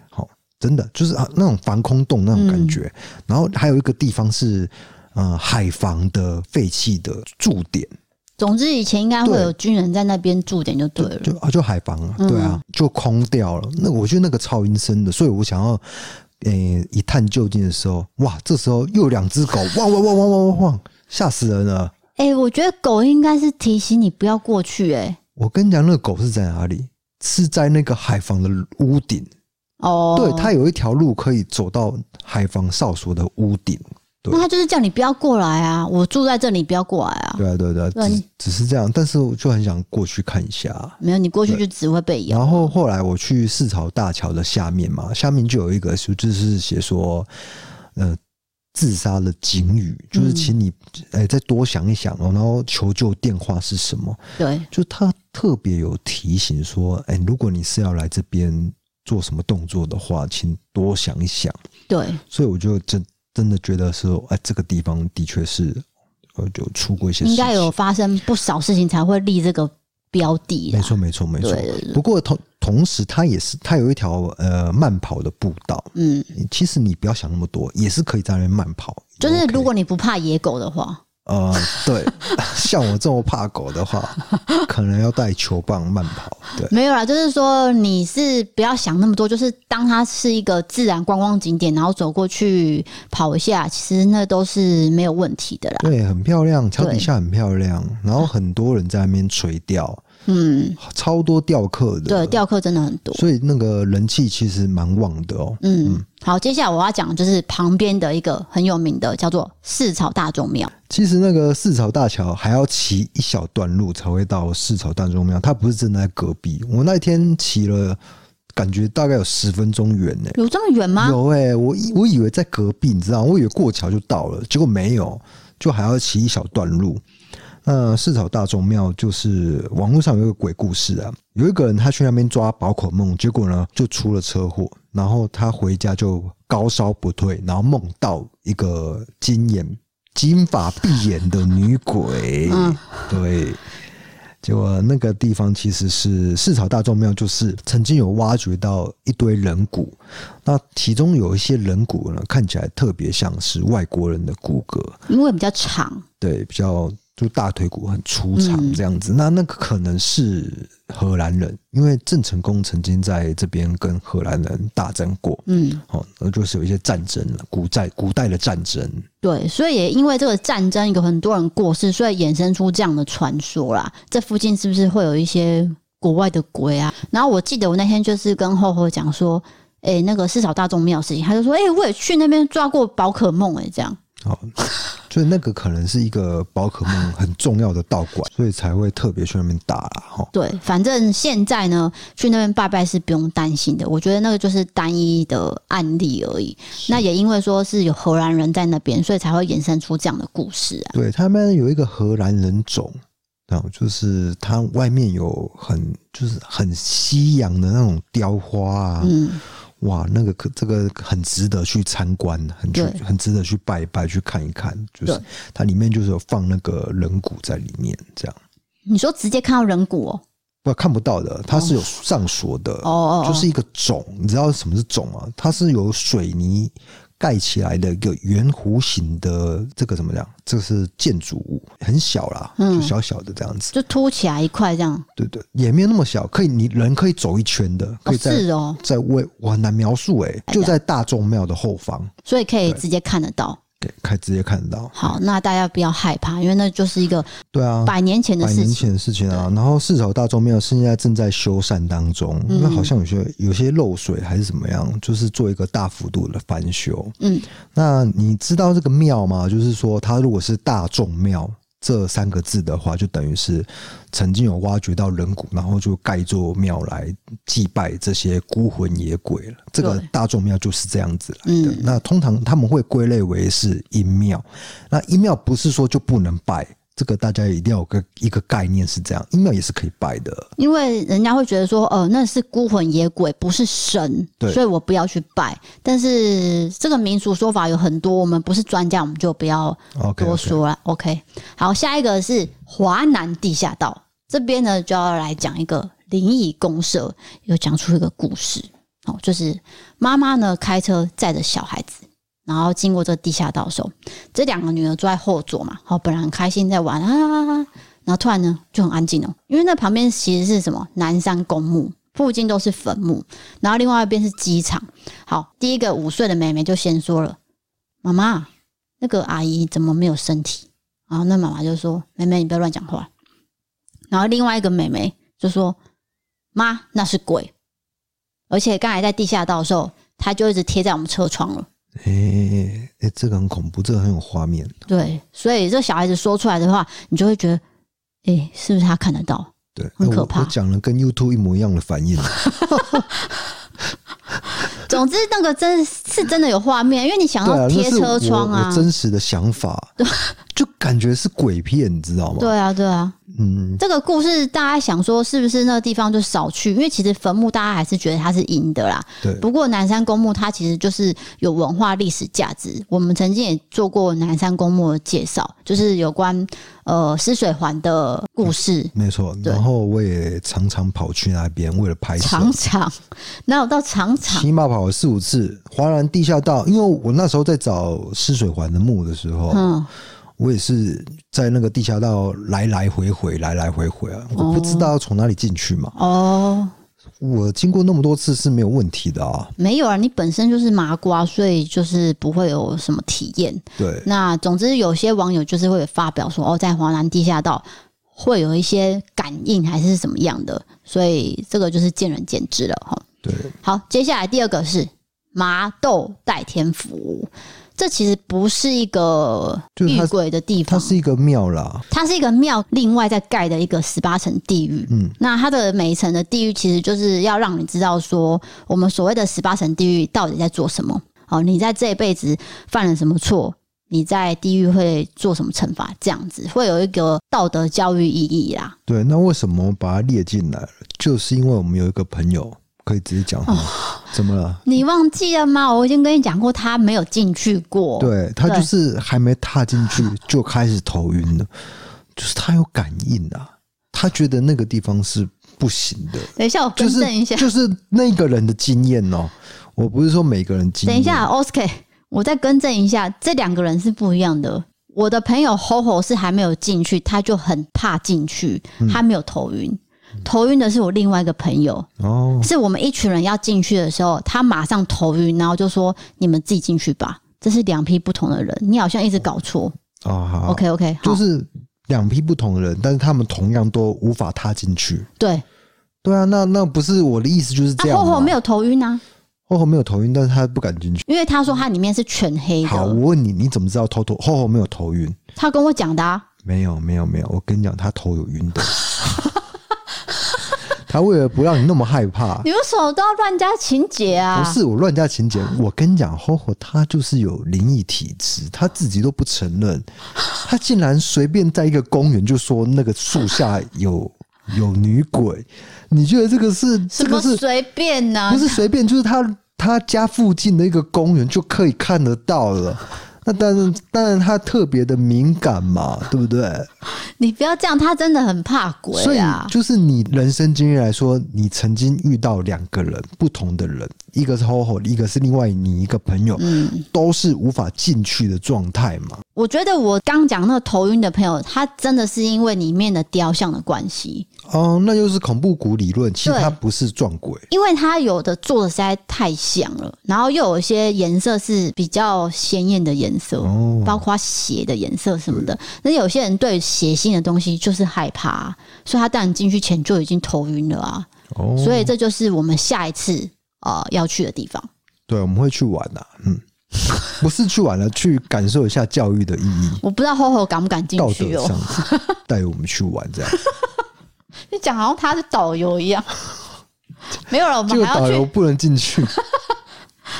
Speaker 2: 好，真的就是啊那种防空洞那种感觉。然后还有一个地方是呃海防的废弃的驻点，
Speaker 1: 总之以前应该会有军人在那边驻点就对了。
Speaker 2: 就啊就海防啊，对啊，就空掉了。那我觉得那个超阴森的，所以我想要。诶、一探究竟的时候，哇！这时候又有两只狗，汪汪汪汪汪汪汪，吓死人了！
Speaker 1: 哎、我觉得狗应该是提醒你不要过去、哎，
Speaker 2: 我跟你讲，那个狗是在哪里？是在那个海防的屋顶，
Speaker 1: 哦，
Speaker 2: 对，它有一条路可以走到海防哨所的屋顶。对
Speaker 1: 那他就是叫你不要过来啊，我住在这里，不要过来啊。
Speaker 2: 对啊，对啊对啊，
Speaker 1: 对啊
Speaker 2: 只
Speaker 1: 你
Speaker 2: 只是这样，但是我就很想过去看一下。
Speaker 1: 没有，你过去就只会被咬。
Speaker 2: 然后后来我去四朝大桥的下面嘛，下面就有一个就就是写说，呃，自杀的警语，
Speaker 1: 嗯
Speaker 2: 就是请你哎、再多想一想哦，然后求救电话是什么？
Speaker 1: 对，
Speaker 2: 就他特别有提醒说，哎、如果你是要来这边做什么动作的话，请多想一想。
Speaker 1: 对，
Speaker 2: 所以我就真真的觉得说，哎、这个地方的确是，呃，就出过一些事情，
Speaker 1: 应该有发生不少事情才会立这个标的
Speaker 2: 没
Speaker 1: 啦。
Speaker 2: 错，没错，没错
Speaker 1: 对对。
Speaker 2: 不过同同时，它也是它有一条呃慢跑的步道。
Speaker 1: 嗯，
Speaker 2: 其实你不要想那么多，也是可以在那边慢跑。
Speaker 1: 就是如
Speaker 2: OK
Speaker 1: 果你不怕野狗的话，
Speaker 2: 呃，对， *laughs* 像我这么怕狗
Speaker 1: *laughs*
Speaker 2: 的话，可能要带球棒慢跑。对，
Speaker 1: 没有啦，就是说你是不要想那么多，就是当它是一个自然观光景点，然后走过去跑一下，其实那都是没有问题的啦。
Speaker 2: 对，很漂亮，桥底
Speaker 1: 对
Speaker 2: 下很漂亮，然后很多人在那边垂钓，
Speaker 1: 嗯，
Speaker 2: 超多钓客的。
Speaker 1: 对，钓客真的很多。
Speaker 2: 所以那个人气其实蛮旺的哦。
Speaker 1: 嗯，好，接下来我要讲的就是旁边的一个很有名的叫做四草大众庙。
Speaker 2: 其实那个四朝大桥还要骑一小段路才会到四朝大众庙，它不是真的在隔壁。我那天骑了，感觉大概有十分钟远欸呢、
Speaker 1: 有这么远吗？
Speaker 2: 有哎、我以我以为在隔壁，你知道，我以为过桥就到了，结果没有，就还要骑一小段路。嗯那四草大众庙就是网络上有一个鬼故事啊，有一个人他去那边抓宝可梦，结果呢就出了车祸，然后他回家就高烧不退，然后梦到一个金眼金发碧眼的女鬼，
Speaker 1: 嗯
Speaker 2: 对。结果那个地方其实是四草大众庙，就是曾经有挖掘到一堆人骨，那其中有一些人骨呢，看起来特别像是外国人的骨骼，
Speaker 1: 因为比较长，
Speaker 2: 对，比较就大腿骨很粗长这样子。那那个可能是荷兰人，因为郑成功曾经在这边跟荷兰人大战过，
Speaker 1: 嗯，
Speaker 2: 哦，那就是有一些战争了，古代古代的战争。
Speaker 1: 对，所以也因为这个战争有很多人过世，所以衍生出这样的传说啦。这附近是不是会有一些国外的鬼啊？然后我记得我那天就是跟厚厚讲说，诶、那个四草大众庙的事情，他就说，诶、我也去那边抓过宝可梦，诶，这样。
Speaker 2: 哦，所以那个可能是一个宝可梦很重要的道馆，所以才会特别去那边打啦。哦哈、
Speaker 1: 对，反正现在呢，去那边拜拜是不用担心的。我觉得那个就是单一的案例而已。那也因为说是有荷兰人在那边，所以才会衍生出这样的故事啊。
Speaker 2: 对他们有一个荷兰人种，然后就是它外面有很就是很西洋的那种雕花啊，
Speaker 1: 嗯，
Speaker 2: 哇，那个可这个很值得去参观，很去
Speaker 1: 对
Speaker 2: 很值得去拜一拜，去看一看，就是
Speaker 1: 对
Speaker 2: 它里面就是有放那个人骨在里面，这样
Speaker 1: 你说直接看到人骨哦，
Speaker 2: 不看不到的，它是有上锁的，
Speaker 1: 哦哦，哦
Speaker 2: 就是一个冢，你知道什么是冢吗？它是有水泥盖起来的一个圆弧形的这个怎么讲？这是建筑物，很小啦，
Speaker 1: 嗯
Speaker 2: 就小小的这样子。
Speaker 1: 就凸起来一块这样。
Speaker 2: 对对，也没有那么小，可以你人可以走一圈的，可
Speaker 1: 哦，
Speaker 2: 以在、
Speaker 1: 是哦，
Speaker 2: 在为我很难描述哎、
Speaker 1: 哎呀
Speaker 2: 就在大众庙的后方，
Speaker 1: 所以可以
Speaker 2: 对
Speaker 1: 直接看得到。
Speaker 2: 对，可以直接看得到。
Speaker 1: 好，那大家不要害怕，因为那就是一个
Speaker 2: 对啊，
Speaker 1: 百年前的
Speaker 2: 百
Speaker 1: 事
Speaker 2: 年
Speaker 1: 情。
Speaker 2: 前的事情啊。然后四朝大众庙现在正在修缮当中，
Speaker 1: 嗯
Speaker 2: 那好像有些有些漏水还是怎么样，就是做一个大幅度的翻修。
Speaker 1: 嗯，
Speaker 2: 那你知道这个庙吗？就是说，它如果是大众庙这三个字的话，就等于是曾经有挖掘到人骨，然后就盖一座庙来祭拜这些孤魂野鬼了。这个
Speaker 1: 对
Speaker 2: 大众庙就是这样子来的。
Speaker 1: 嗯
Speaker 2: 那通常他们会归类为是阴庙。那阴庙不是说就不能拜。这个大家一定要有个一个概念是这样，阴庙也是可以拜的，
Speaker 1: 因为人家会觉得说，呃，那是孤魂野鬼，不是神，
Speaker 2: 对
Speaker 1: 所以我不要去拜。但是这个民俗说法有很多，我们不是专家，我们就不要
Speaker 2: OK，
Speaker 1: 多说了。OK，, 好，下一个是华南地下道这边呢，就要来讲一个灵异公社，有讲出一个故事哦，就是妈妈呢开车载着小孩子，然后经过这个地下道的时候，这两个女儿坐在后座嘛，哦，本来很开心在玩啊，然后突然呢就很安静哦，因为那旁边其实是什么南山公墓。附近都是坟墓，然后另外一边是机场。好，第一个五岁的妹妹就先说了：“妈妈，那个阿姨怎么没有身体？然后那妈妈就说：“妹妹，你不要乱讲话。”然后另外一个妹妹就说：“妈，那是鬼，而且刚才在地下道的时候，她就一直贴在我们车窗了。
Speaker 2: 哎哎哎，这个很恐怖，这个很有画面，”
Speaker 1: 对，所以这小孩子说出来的话，你就会觉得，哎、是不是他看得到？
Speaker 2: 对，
Speaker 1: 很
Speaker 2: 那我
Speaker 1: 可怕
Speaker 2: 我讲了跟 YouTube 一模一样的反应，
Speaker 1: 总之，那个真是真的有画面，因为你想
Speaker 2: 对啊
Speaker 1: 要，
Speaker 2: 那
Speaker 1: 贴
Speaker 2: 是
Speaker 1: 车窗
Speaker 2: 我
Speaker 1: 啊
Speaker 2: 我，真实的想法，就感觉是鬼片，你知道吗？，
Speaker 1: 对啊，对啊。
Speaker 2: 嗯，
Speaker 1: 这个故事大家想说，是不是那个地方就少去？因为其实坟墓大家还是觉得它是阴的啦，
Speaker 2: 对，
Speaker 1: 不过南山公墓它其实就是有文化历史价值，我们曾经也做过南山公墓的介绍，就是有关呃湿水环的故事。
Speaker 2: 没错。
Speaker 1: 对
Speaker 2: 然后我也常常跑去那边，为了拍摄，
Speaker 1: 常常哪有到常常？
Speaker 2: 起码跑了四五次。华南地下道，因为我那时候在找湿水环的墓的时候，
Speaker 1: 嗯，
Speaker 2: 我也是在那个地下道来来回回，来来回回啊，我不知道要从哪里进去嘛。
Speaker 1: 哦，
Speaker 2: 我经过那么多次是没有问题的啊，
Speaker 1: 没有啊，你本身就是麻瓜，所以就是不会有什么体验。
Speaker 2: 对。
Speaker 1: 那总之，有些网友就是会发表说，哦，在华南地下道会有一些感应还是怎么样的，所以这个就是见仁见智了哈。
Speaker 2: 对，
Speaker 1: 好，接下来第二个是麻豆代天府，这其实不是一个
Speaker 2: 就是它
Speaker 1: 遇鬼的地
Speaker 2: 它
Speaker 1: 方，
Speaker 2: 是一个庙啦，
Speaker 1: 它是一个庙，另外再盖的一个十八层地狱。
Speaker 2: 嗯，
Speaker 1: 那它的每一层的地狱，其实就是要让你知道说，我们所谓的十八层地狱到底在做什么。哦，你在这一辈子犯了什么错？你在地狱会做什么惩罚？这样子会有一个道德教育意义啦。
Speaker 2: 对，那为什么把它列进来了？就是因为我们有一个朋友可以直接讲话，
Speaker 1: 哦
Speaker 2: 怎么了？
Speaker 1: 你忘记了吗？我已经跟你讲过，他没有进去过。
Speaker 2: 对他
Speaker 1: 对
Speaker 2: 就是还没踏进去就开始头晕了，就是他有感应啊，他觉得那个地方是不行的，
Speaker 1: 等一下，我
Speaker 2: 就
Speaker 1: 更
Speaker 2: 是
Speaker 1: 正一下。
Speaker 2: 就是那个人的经验哦。我不是说每个人经验，
Speaker 1: 等一下，Oscar，我再更正一下，这两个人是不一样的。我的朋友 HoHo 是还没有进去，他就很怕进去，他没有头晕。头晕的是我另外一个朋友，
Speaker 2: 嗯哦，
Speaker 1: 是我们一群人要进去的时候，他马上头晕，然后就说：“你们自己进去吧。”这是两批不同的人，你好像一直搞错。
Speaker 2: 哦好
Speaker 1: OK OK，好，
Speaker 2: 就是两批不同的人，但是他们同样都无法踏进去。
Speaker 1: 对。
Speaker 2: 对啊，那那不是我的意思，就是
Speaker 1: 啊
Speaker 2: 这样嘛。
Speaker 1: ，HoHo 没有头晕啊，
Speaker 2: 后后没有头晕，但是他不敢进去。
Speaker 1: 因为他说他里面是全黑
Speaker 2: 嗯好，我
Speaker 1: 的，
Speaker 2: 问你，你怎么知道头头后后没有头晕？
Speaker 1: 他跟我讲的、啊。
Speaker 2: 没有，没有，没有。我跟你讲，他头有晕
Speaker 1: *laughs*
Speaker 2: 的。他为了不让你那么害怕，
Speaker 1: 你为什么都要乱加情节啊？
Speaker 2: 不是我乱加情节。我跟你讲，吼吼，他就是有灵异体质，他自己都不承认。他竟然随便在一个公园就说那个树下有有女鬼，你觉得这个是
Speaker 1: 什
Speaker 2: 这
Speaker 1: 么
Speaker 2: 个是
Speaker 1: 随便啊呢、
Speaker 2: 不是随便，就是他他家附近的一个公园就可以看得到了。那但是当然他特别的敏感嘛，对不对？
Speaker 1: 你不要这样，他真的很怕鬼
Speaker 2: 所以
Speaker 1: 啊！
Speaker 2: 就是你人生经历来说，你曾经遇到两个人不同的人，一个是 HoHo，一个是另外你一个朋友，
Speaker 1: 嗯，
Speaker 2: 都是无法进去的状态嘛。
Speaker 1: 我觉得我刚讲那个头晕的朋友，他真的是因为里面的雕像的关系，
Speaker 2: 哦，那又是恐怖谷理论，其实
Speaker 1: 对
Speaker 2: 它不是撞鬼，
Speaker 1: 因为他有的做的实在太像了，然后又有一些颜色是比较鲜艳的颜色，
Speaker 2: 哦
Speaker 1: 包括血的颜色什么的。那有些人对血腥的东西就是害怕啊、所以他当你进去前就已经头晕了啊。
Speaker 2: 哦，
Speaker 1: 所以这就是我们下一次呃要去的地方。
Speaker 2: 对，我们会去玩呐、嗯， *laughs* 不是去玩了，去感受一下教育的意义，
Speaker 1: 我不知道 HoHo 敢不敢进
Speaker 2: 道
Speaker 1: 去
Speaker 2: 德
Speaker 1: 哦。
Speaker 2: 上带我们去玩这样。
Speaker 1: 你讲好像他是导游一
Speaker 2: *laughs*
Speaker 1: 样。没有了， *laughs* 我
Speaker 2: 这
Speaker 1: 们
Speaker 2: 个
Speaker 1: 还要
Speaker 2: 导游
Speaker 1: 去，
Speaker 2: 不能进去，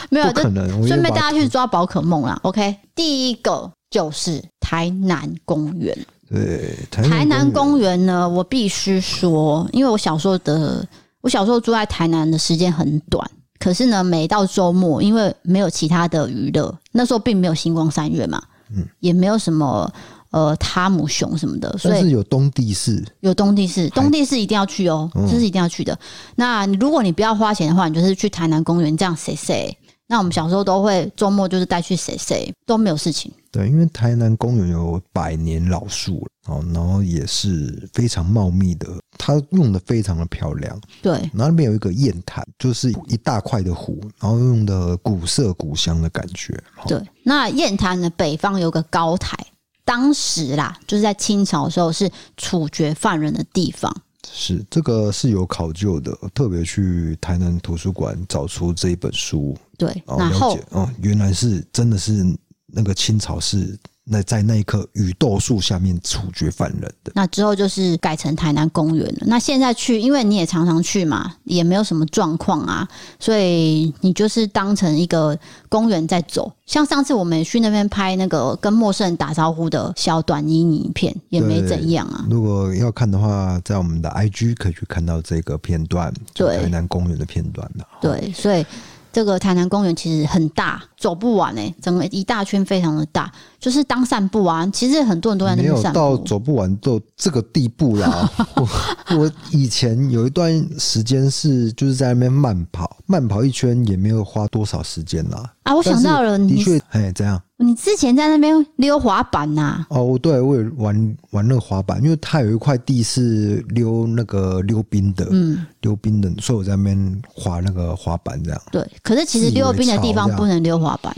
Speaker 1: 没有
Speaker 2: 不
Speaker 1: 就
Speaker 2: 可能。我
Speaker 1: 顺便
Speaker 2: 就把
Speaker 1: 大家去抓宝可梦啦。OK，第一个就是台南公园。
Speaker 2: 对
Speaker 1: 台南
Speaker 2: 园
Speaker 1: 公园呢，我必须说，因为我小时候的，我小时候住在台南的时间很短，可是呢，每到周末，因为没有其他的娱乐，那时候并没有星光三月嘛，
Speaker 2: 嗯
Speaker 1: 也没有什么呃汤姆熊什么的，所
Speaker 2: 但
Speaker 1: 以
Speaker 2: 是有东地市，
Speaker 1: 有东地市，东地市一定要去哦，
Speaker 2: 嗯
Speaker 1: 这是一定要去的。那你如果你不要花钱的话，你就是去台南公园这样谁谁。那我们小时候都会周末就是带去谁谁都没有事情，
Speaker 2: 对，因为台南公园有百年老树哦，然后也是非常茂密的，它用的非常的漂亮。
Speaker 1: 对，
Speaker 2: 然后那边有一个砚台，就是一大块的湖，然后用的古色古香的感觉。哦
Speaker 1: 对，那雁潭的北方有个高台，当时啦，就是在清朝的时候是处决犯人的地方。
Speaker 2: 是这个是有考究的，特别去台南图书馆找出这一本书，
Speaker 1: 对，
Speaker 2: 哦，
Speaker 1: 然
Speaker 2: 了
Speaker 1: 后
Speaker 2: 解哦，原来是真的是那个清朝是那在那一棵雨豆树下面处决犯人的。
Speaker 1: 那之后就是改成台南公园了。那现在去，因为你也常常去嘛，也没有什么状况啊，所以你就是当成一个公园在走。像上次我们也去那边拍那个跟陌生人打招呼的小短音影片，也没怎样啊。
Speaker 2: 如果要看的话，在我们的 IG 可以去看到这个片段，就
Speaker 1: 对
Speaker 2: 台南公园的片段了。
Speaker 1: 对，所以这个台南公园其实很大，走不完哎、整个一大圈非常的大，就是当散步啊。其实很多人都在那
Speaker 2: 没
Speaker 1: 边
Speaker 2: 有
Speaker 1: 散
Speaker 2: 到
Speaker 1: 步，
Speaker 2: 走不完到这个地步
Speaker 1: *laughs*
Speaker 2: 啦。我我以前有一段时间是就是在那边慢跑，慢跑一圈也没有花多少时间啦。
Speaker 1: 啊。我
Speaker 2: 我
Speaker 1: 想到了，
Speaker 2: 的
Speaker 1: 你
Speaker 2: 确，哎，怎样？
Speaker 1: 你之前在那边溜滑板啊呐、
Speaker 2: 哦，对，我也玩玩那个滑板，因为它有一块地是溜那个溜冰的，
Speaker 1: 嗯，
Speaker 2: 溜冰的，所以我在那边滑那个滑板这样。
Speaker 1: 对。可是其实
Speaker 2: 啊自以为
Speaker 1: 溜冰的地
Speaker 2: 潮
Speaker 1: 方
Speaker 2: 这样
Speaker 1: 不能溜滑板，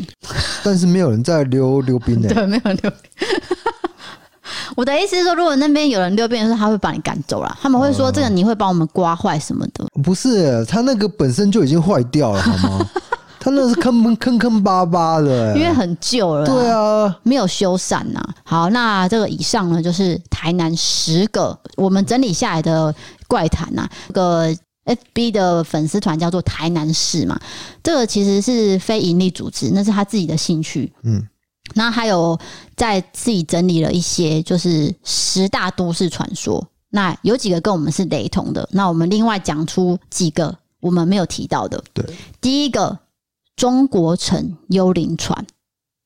Speaker 2: 但是没有人在溜溜冰呢、
Speaker 1: 对，没有人溜冰。 *laughs* 我的意思是说，如果那边有人溜冰的时候，他会把你赶走啦。他们会
Speaker 2: 哦
Speaker 1: 说这个你会把我们刮坏什么的。
Speaker 2: 不是，它那个本身就已经坏掉了，
Speaker 1: *laughs*
Speaker 2: 好吗？它那是坑坑坑坑巴巴的、哎
Speaker 1: 因为很旧了啦，
Speaker 2: 对啊，
Speaker 1: 没有修缮呐、好，那这个以上呢，就是台南十个我们整理下来的怪谈呐、这个 FB 的粉丝团叫做台南市嘛，这个其实是非盈利组织，那是他自己的兴趣。
Speaker 2: 嗯，
Speaker 1: 那还有在自己整理了一些就是十大都市传说，那有几个跟我们是雷同的，那我们另外讲出几个我们没有提到的。
Speaker 2: 对，
Speaker 1: 第一个中国城幽灵船。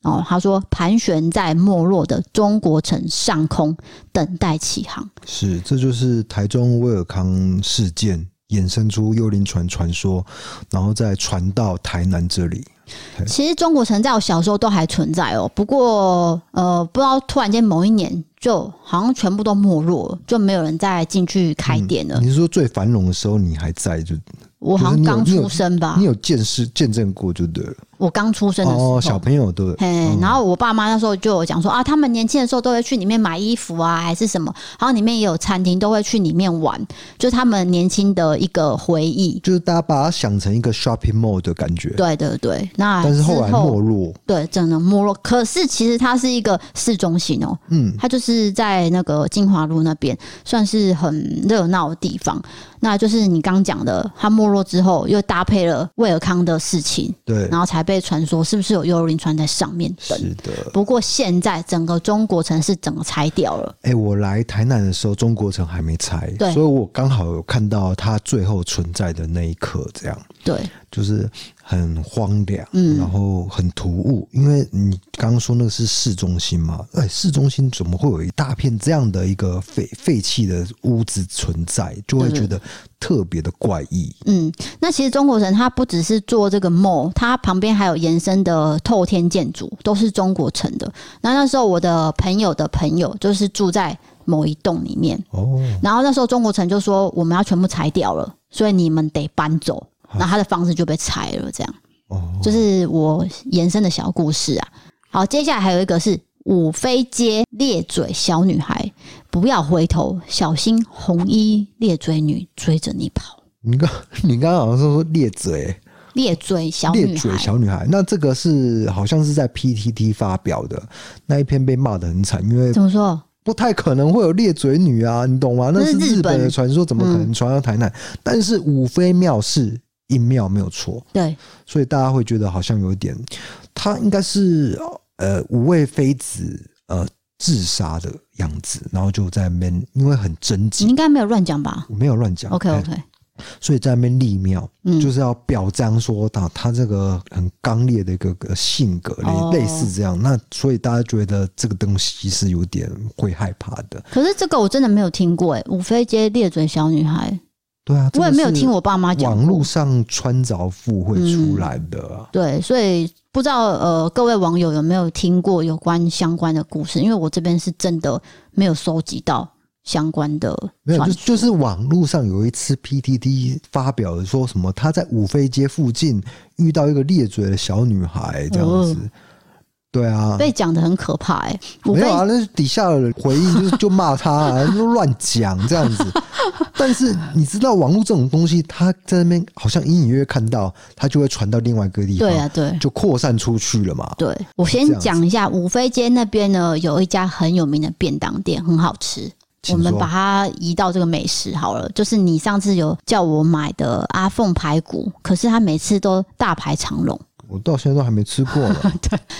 Speaker 1: 哦，他说盘旋在没落的中国城上空，等待起航。
Speaker 2: 是，这就是台中威尔康事件衍生出幽灵船传说，然后再传到台南这里。
Speaker 1: 其实中国城在我小时候都还存在哦，不过呃，不知道突然间某一年就好像全部都没落了，就没有人再进去开店了。
Speaker 2: 嗯你是说最繁荣的时候你还在就，
Speaker 1: 我好像刚
Speaker 2: 就是你有
Speaker 1: 出生吧
Speaker 2: 你，有见识见证过就对了。
Speaker 1: 我刚出生的时候。
Speaker 2: 哦，小朋友对，
Speaker 1: 嘿，然后我爸妈那时候就有讲说啊，他们年轻的时候都会去里面买衣服啊，还是什么，然后里面也有餐厅，都会去里面玩，就是他们年轻的一个回忆。
Speaker 2: 就是大家把它想成一个 shopping mall 的感觉，
Speaker 1: 对对对，那
Speaker 2: 但是后来
Speaker 1: 之
Speaker 2: 没落。
Speaker 1: 对，真的没落。可是其实它是一个市中心哦、
Speaker 2: 嗯，
Speaker 1: 它就是在那个金华路那边，算是很热闹的地方。那就是你刚讲的，它没落之后，又搭配了威尔康的事情，
Speaker 2: 对，
Speaker 1: 然后才被传说是不是有幽灵船在上面等。
Speaker 2: 是的。
Speaker 1: 不过现在整个中国城是整个拆掉了，
Speaker 2: 哎、我来台南的时候，中国城还没拆，
Speaker 1: 对
Speaker 2: 所以我刚好有看到它最后存在的那一刻，这样。
Speaker 1: 对
Speaker 2: 就是很荒凉，
Speaker 1: 嗯
Speaker 2: 然后很突兀，因为你刚刚说那个是市中心嘛，哎，市中心怎么会有一大片这样的一个废废弃的屋子存在，就会
Speaker 1: 对
Speaker 2: 觉得特别的怪异。
Speaker 1: 嗯，那其实中国城它不只是做这个 mall，它旁边还有延伸的透天建筑，都是中国城的。那那时候我的朋友的朋友就是住在某一栋里面，
Speaker 2: 哦，
Speaker 1: 然后那时候中国城就说我们要全部拆掉了，所以你们得搬走。那他的房子就被拆了，这样
Speaker 2: 哦，
Speaker 1: 这是我延伸的小故事啊。好，接下来还有一个是五妃街裂嘴小女孩，不要回头，小心红衣裂嘴女追着你跑。
Speaker 2: 你刚 *laughs* 你刚刚好像说裂嘴，
Speaker 1: 裂嘴小
Speaker 2: 裂
Speaker 1: 女
Speaker 2: 嘴
Speaker 1: 孩，
Speaker 2: 小女孩，那这个是好像是在 PTT 发表的那一篇被骂的很惨，因为
Speaker 1: 怎么说？
Speaker 2: 不太可能会有裂嘴女啊，你懂吗？
Speaker 1: 那
Speaker 2: 那
Speaker 1: 是
Speaker 2: 是
Speaker 1: 日
Speaker 2: 日本
Speaker 1: 本嗯
Speaker 2: 的传说，怎么可能传到台南？但是五妃庙是阴庙，没有错，
Speaker 1: 对，
Speaker 2: 所以大家会觉得好像有点，她应该是呃五位妃子呃自杀的样子，然后就在那边，因为很贞
Speaker 1: 你
Speaker 2: 洁，
Speaker 1: 应该没有乱讲吧
Speaker 2: 我没有乱讲
Speaker 1: ？OK
Speaker 2: 哎
Speaker 1: OK，
Speaker 2: 所以在那边立庙，
Speaker 1: 嗯，
Speaker 2: 就是要表彰说他他这个很刚烈的一个呃性格，类、
Speaker 1: 哦
Speaker 2: 类似这样。那所以大家觉得这个东西是有点会害怕的，
Speaker 1: 可是这个我真的没有听过哎、五妃街裂嘴小女孩，
Speaker 2: 对啊，
Speaker 1: 我也没有听
Speaker 2: 我
Speaker 1: 我爸妈讲过。嗯
Speaker 2: 网络上穿着妇会出来的啊、
Speaker 1: 对，所以不知道呃各位网友有没有听过有关相关的故事？因为我这边是真的没有收集到相关的
Speaker 2: 没有
Speaker 1: 传
Speaker 2: 就
Speaker 1: 说。
Speaker 2: 就是网络上有一次 PTT 发表的说什么他在五妃街附近遇到一个裂嘴的小女孩这样子，对啊。
Speaker 1: 嗯被讲的很可怕哎、五
Speaker 2: 没
Speaker 1: 妃
Speaker 2: 有啊，那底下的人回应就是就骂他、 *laughs* 啊，就乱讲这样子。但是你知道网络这种东西，他在那边好像隐隐约约看到，他就会传到另外一个地方，
Speaker 1: 对啊对。
Speaker 2: 就扩散出去了嘛。
Speaker 1: 对，我
Speaker 2: 这
Speaker 1: 先
Speaker 2: 样子
Speaker 1: 讲一下五妃街那边呢，有一家很有名的便当店，很好吃。我
Speaker 2: 请
Speaker 1: 们
Speaker 2: 说
Speaker 1: 把它移到这个美食好了，就是你上次有叫我买的阿凤排骨，可是它每次都大排长龙，
Speaker 2: 我到现在都还没吃过呢。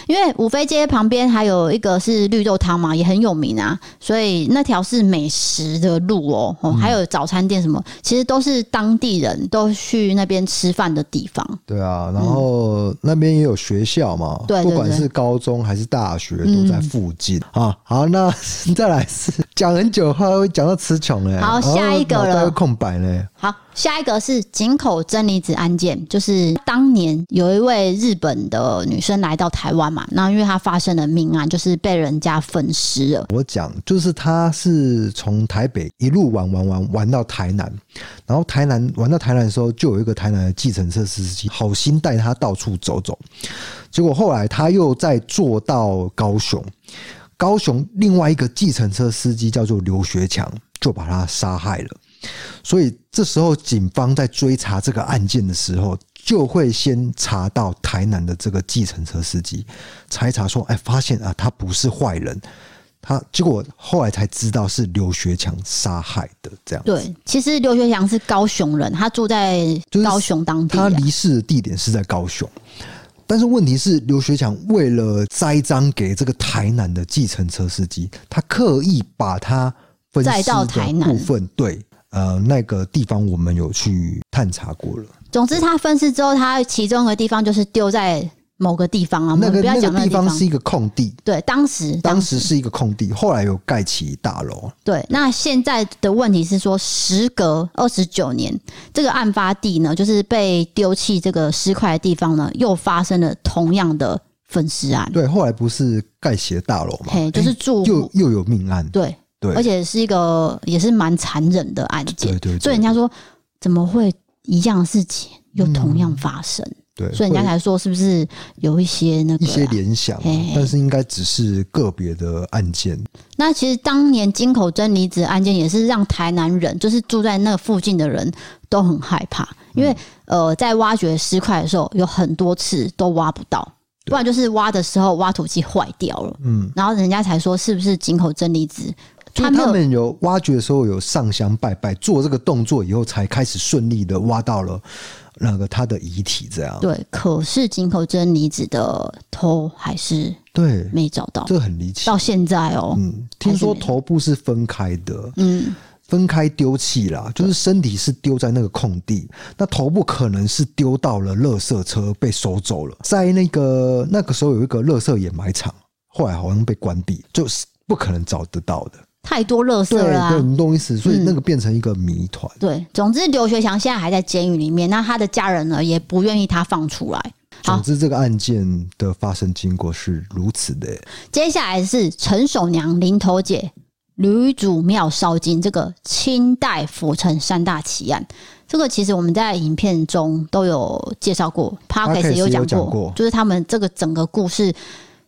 Speaker 1: 因为五妃街旁边还有一个是绿豆汤嘛，也很有名啊，所以那条是美食的路哦，
Speaker 2: 嗯
Speaker 1: 哦还有早餐店什么，其实都是当地人都去那边吃饭的地方。
Speaker 2: 对啊，然后那边也有学校嘛，
Speaker 1: 对对嗯
Speaker 2: 不管是高中还是大学都在附近、啊。好，那 *laughs* 再来是讲很久的话会讲到词穷嘞，
Speaker 1: 好
Speaker 2: 然后
Speaker 1: 下一个了
Speaker 2: 脑袋会空白欸嘞。
Speaker 1: 好，下一个是井口真理子案件，就是当年有一位日本的女生来到台湾嘛，那因为她发生了命案，就是被人家分尸了。
Speaker 2: 我讲就是他是从台北一路玩玩玩玩到台南，然后台南玩到台南的时候，就有一个台南的计程车司机好心带他到处走走，结果后来他又再坐到高雄，高雄另外一个计程车司机叫做刘学强，就把他杀害了。所以这时候警方在追查这个案件的时候，就会先查到台南的这个计程车司机，查一查说，哎，发现啊，他不是坏人。他结果后来才知道是刘学强杀害的，这样子
Speaker 1: 对，其实刘学祥是高雄人，他住在
Speaker 2: 就是
Speaker 1: 高雄当地、啊
Speaker 2: 他离世的地点是在高雄，但是问题是，刘学强为了栽赃给这个台南的计程车司机，他刻意把他分
Speaker 1: 载
Speaker 2: 尸
Speaker 1: 到台
Speaker 2: 的
Speaker 1: 南
Speaker 2: 部分，对，呃，那个地方我们有去探查过了。
Speaker 1: 总之，他分尸之后，他其中一个地方就是丢在某个地方啊，我
Speaker 2: 那
Speaker 1: 们
Speaker 2: 个
Speaker 1: 不要
Speaker 2: 那
Speaker 1: 讲
Speaker 2: 个
Speaker 1: 个
Speaker 2: 地
Speaker 1: 方
Speaker 2: 方。是一个空地，
Speaker 1: 对，当时
Speaker 2: 当时是一个空地，后来有盖起大楼。
Speaker 1: 对，那现在的问题是说，时隔二十九年，这个案发地呢，就是被丢弃这个尸块的地方呢，又发生了同样的分尸案，
Speaker 2: 对，后来不是盖起了大楼嘛？
Speaker 1: 嘿，就是
Speaker 2: 诶
Speaker 1: 住
Speaker 2: 又
Speaker 1: 户、
Speaker 2: 又有命案，
Speaker 1: 对，
Speaker 2: 对，
Speaker 1: 而且是一个也是蛮残忍的案件，
Speaker 2: 对对对
Speaker 1: 所以人家说怎么会一样的事情又同样发生，
Speaker 2: 嗯对，
Speaker 1: 所以人家才说是不是有一些那个
Speaker 2: 一些
Speaker 1: 啊
Speaker 2: 联想
Speaker 1: 嘿嘿，
Speaker 2: 但是应该只是个别的案件。
Speaker 1: 那其实当年金口真离子案件也是让台南人，就是住在那附近的人都很害怕，因为、
Speaker 2: 嗯
Speaker 1: 呃，在挖掘尸块的时候，有很多次都挖不到，不然就是挖的时候挖土机坏掉了，
Speaker 2: 嗯，
Speaker 1: 然后人家才说是不是金口真离子，
Speaker 2: 就是
Speaker 1: 没有
Speaker 2: 他们有挖掘的时候有上香拜拜，做这个动作以后，才开始顺利的挖到了那个他的遗体，这样
Speaker 1: 对，可是井口真离子的头还是
Speaker 2: 对，
Speaker 1: 没找到，
Speaker 2: 这很离奇嗯
Speaker 1: 到。现在哦、
Speaker 2: 嗯，听说头部是分开的，
Speaker 1: 嗯，
Speaker 2: 分开丢弃啦，就是身体是丢在那个空地，那头部可能是丢到了垃圾车被收走了，在那个那个时候有一个垃圾掩埋场，后来好像被关闭，就是不可能找得到的。
Speaker 1: 太多垃圾
Speaker 2: 对
Speaker 1: 了啊！
Speaker 2: 对，你懂我意思，所以那个变成一个谜团。
Speaker 1: 对，总之刘学强现在还在监狱里面，那他的家人呢也不愿意他放出来。好
Speaker 2: 总之，这个案件的发生经过是如此的、
Speaker 1: 接下来是陈守娘、林头姐、吕祖庙烧金这个清代府城三大奇案。这个其实我们在影片中都有介绍过 p o d c a
Speaker 2: Podcast
Speaker 1: s 有讲
Speaker 2: 有讲过
Speaker 1: 就是他们这个整个故事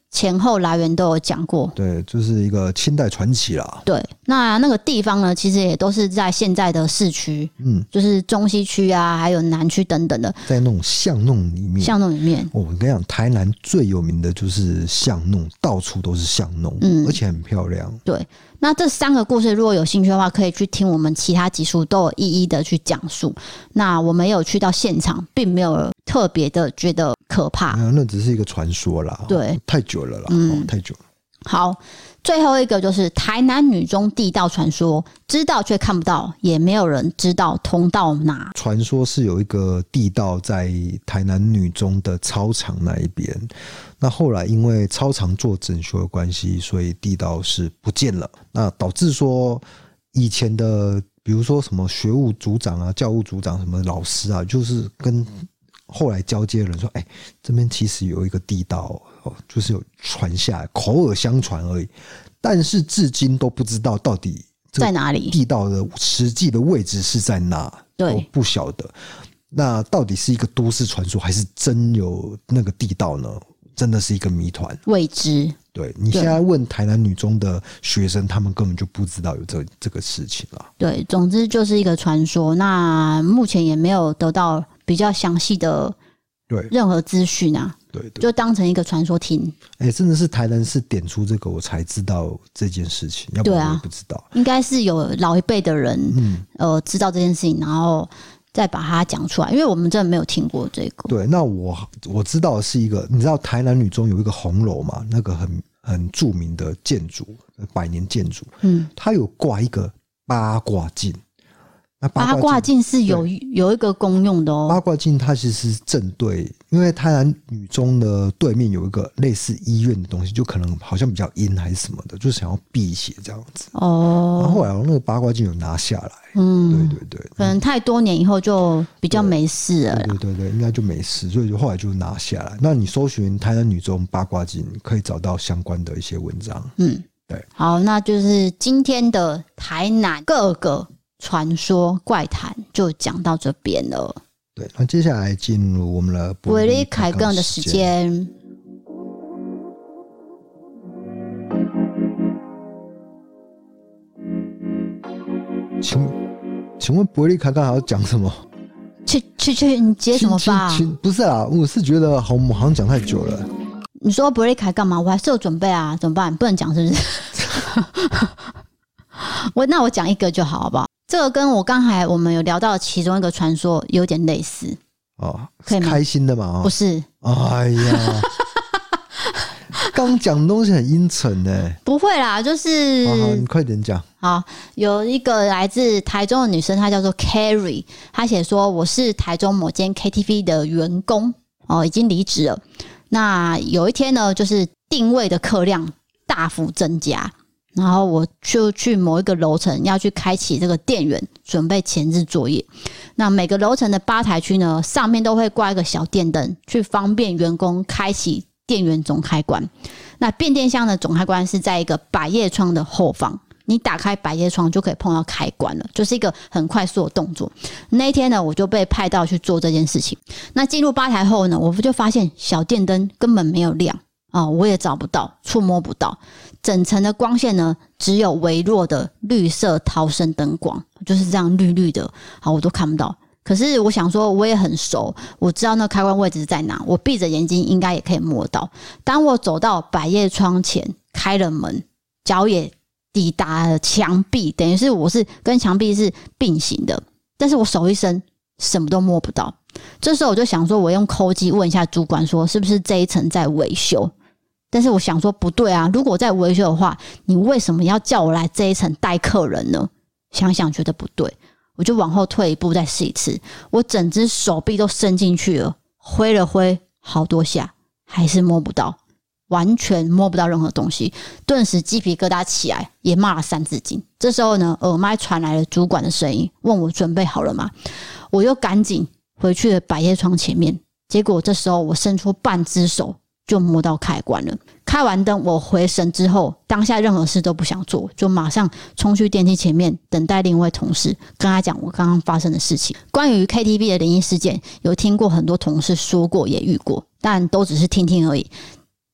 Speaker 1: 前后来源都有讲过。
Speaker 2: 对，就是一个清代传奇啦。
Speaker 1: 对，那那个地方呢，其实也都是在现在的市区，
Speaker 2: 嗯，
Speaker 1: 就是中西区啊，还有南区等等的
Speaker 2: 在那种巷弄里面，
Speaker 1: 巷弄里面。
Speaker 2: 哦我跟你讲，台南最有名的就是巷弄，到处都是巷弄，
Speaker 1: 嗯
Speaker 2: 而且很漂亮。
Speaker 1: 那这三个故事，如果有兴趣的话，可以去听我们其他集数，都有一一的去讲述。那我们有去到现场，并没有特别的觉得可怕。
Speaker 2: 啊，那只是一个传说啦，
Speaker 1: 对，
Speaker 2: 太久了啦，
Speaker 1: 嗯
Speaker 2: 哦，太久了。
Speaker 1: 好，最后一个就是台南女中地道传说，知道却看不到，也没有人知道通到哪。
Speaker 2: 传说是有一个地道在台南女中的操场那一边，那后来因为操场做整修的关系，所以地道是不见了，那导致说以前的比如说什么学务组长啊、教务组长什么老师啊，就是跟后来交接的人说，哎、这边其实有一个地道哦，就是有传下来，口耳相传而已，但是至今都不知道到底这个哦
Speaker 1: 在哪里？
Speaker 2: 地道的实际的位置是在哪，
Speaker 1: 对
Speaker 2: 都不晓得。那到底是一个都市传说，还是真有那个地道呢？真的是一个谜团。
Speaker 1: 未知。
Speaker 2: 对你现在问台南女中的学生，他们根本就不知道有这这个事情啊。
Speaker 1: 对，总之就是一个传说。那目前也没有得到比较详细的
Speaker 2: 对
Speaker 1: 任何资讯啊，
Speaker 2: 对对，
Speaker 1: 就当成一个传说听。
Speaker 2: 哎、真的是台南市点出这个，我才知道这件事情，要不
Speaker 1: 对
Speaker 2: 然
Speaker 1: 啊
Speaker 2: 我也不知道。
Speaker 1: 应该是有老一辈的人，
Speaker 2: 嗯
Speaker 1: 呃，知道这件事情，然后再把它讲出来，因为我们真的没有听过这个。
Speaker 2: 对，那我我知道的是一个，你知道台南女中有一个红楼嘛？那个很很著名的建筑，百年建筑，
Speaker 1: 嗯，
Speaker 2: 它有挂一个八卦镜。那
Speaker 1: 八卦
Speaker 2: 卦镜，
Speaker 1: 镜是有有一个功用的
Speaker 2: 八
Speaker 1: 哦。
Speaker 2: 卦镜它其实是正对，因为台南女中的对面有一个类似医院的东西，就可能好像比较阴还是什么的，就想要辟邪这样子。然后
Speaker 1: 哦，
Speaker 2: 后来那个八卦镜有拿下来，对
Speaker 1: 嗯，
Speaker 2: 对对，
Speaker 1: 可能太多年以后就比较没事了
Speaker 2: 对
Speaker 1: 啦。
Speaker 2: 对对对，应该就没事，所以就后来就拿下来。那你搜寻台南女中八卦镜，可以找到相关的一些文章。
Speaker 1: 嗯，
Speaker 2: 对。
Speaker 1: 好，那就是今天的台南各个传说怪谈就讲到这边了。
Speaker 2: 对，那接下来进入我们的
Speaker 1: 维力凯更的时
Speaker 2: 时。
Speaker 1: 间。
Speaker 2: 请请问伯利卡刚还要讲什么？
Speaker 1: 去去去，你接什么吧？
Speaker 2: 亲亲亲不是啦，我是觉得好，我们好像讲太久了。
Speaker 1: 你说布瑞凯干嘛？我还是有准备啊，怎么办？不能讲是不是？ *laughs* 我那我讲一个就好，好不好？这个跟我刚才我们有聊到的其中一个传说有点类似，
Speaker 2: 哦，
Speaker 1: 可以吗
Speaker 2: 开心的嘛
Speaker 1: 不是？
Speaker 2: 哦，哎
Speaker 1: *laughs*
Speaker 2: 呀，刚讲的东西很阴沉呢、
Speaker 1: 不会啦，就
Speaker 2: 好好，你
Speaker 1: 是
Speaker 2: 快点讲。
Speaker 1: 好有一个来自台中的女生，她叫做 Carrie，她写说我是台中某间 KTV 的员工哦，已经离职了。那有一天呢，就是定位的客量大幅增加，然后我就去某一个楼层要去开启这个电源，准备前置作业。那每个楼层的吧台区呢，上面都会挂一个小电灯，去方便员工开启电源总开关。那变电箱的总开关是在一个百叶窗的后方。你打开百叶窗就可以碰到开关了，就是一个很快速的动作。那一天呢，我就被派到去做这件事情。那进入吧台后呢，我就发现小电灯根本没有亮啊、我也找不到，触摸不到，整层的光线呢，只有微弱的绿色逃生灯光，就是这样绿绿的，好，我都看不到。可是我想说，我也很熟，我知道那开关位置在哪，我闭着眼睛应该也可以摸到。当我走到百叶窗前，开了门，脚也抵达了墙壁，等于是我是跟墙壁是并行的，但是我手一伸，什么都摸不到。这时候我就想说，我用抠机问一下主管，说是不是这一层在维修？但是我想说不对啊，如果在维修的话，你为什么要叫我来这一层带客人呢？想想觉得不对，我就往后退一步再试一次。我整只手臂都伸进去了，挥了挥好多下，还是摸不到，完全摸不到任何东西。顿时鸡皮疙瘩起来，也骂了三字经。这时候呢，耳麦传来了主管的声音，问我准备好了吗？我又赶紧回去了百叶窗前面。结果这时候我伸出半只手就摸到开关了。开完灯，我回神之后，当下任何事都不想做，就马上冲去电梯前面等待另一位同事，跟他讲我刚刚发生的事情。关于 KTV 的灵异事件，有听过很多同事说过，也遇过，但都只是听听而已。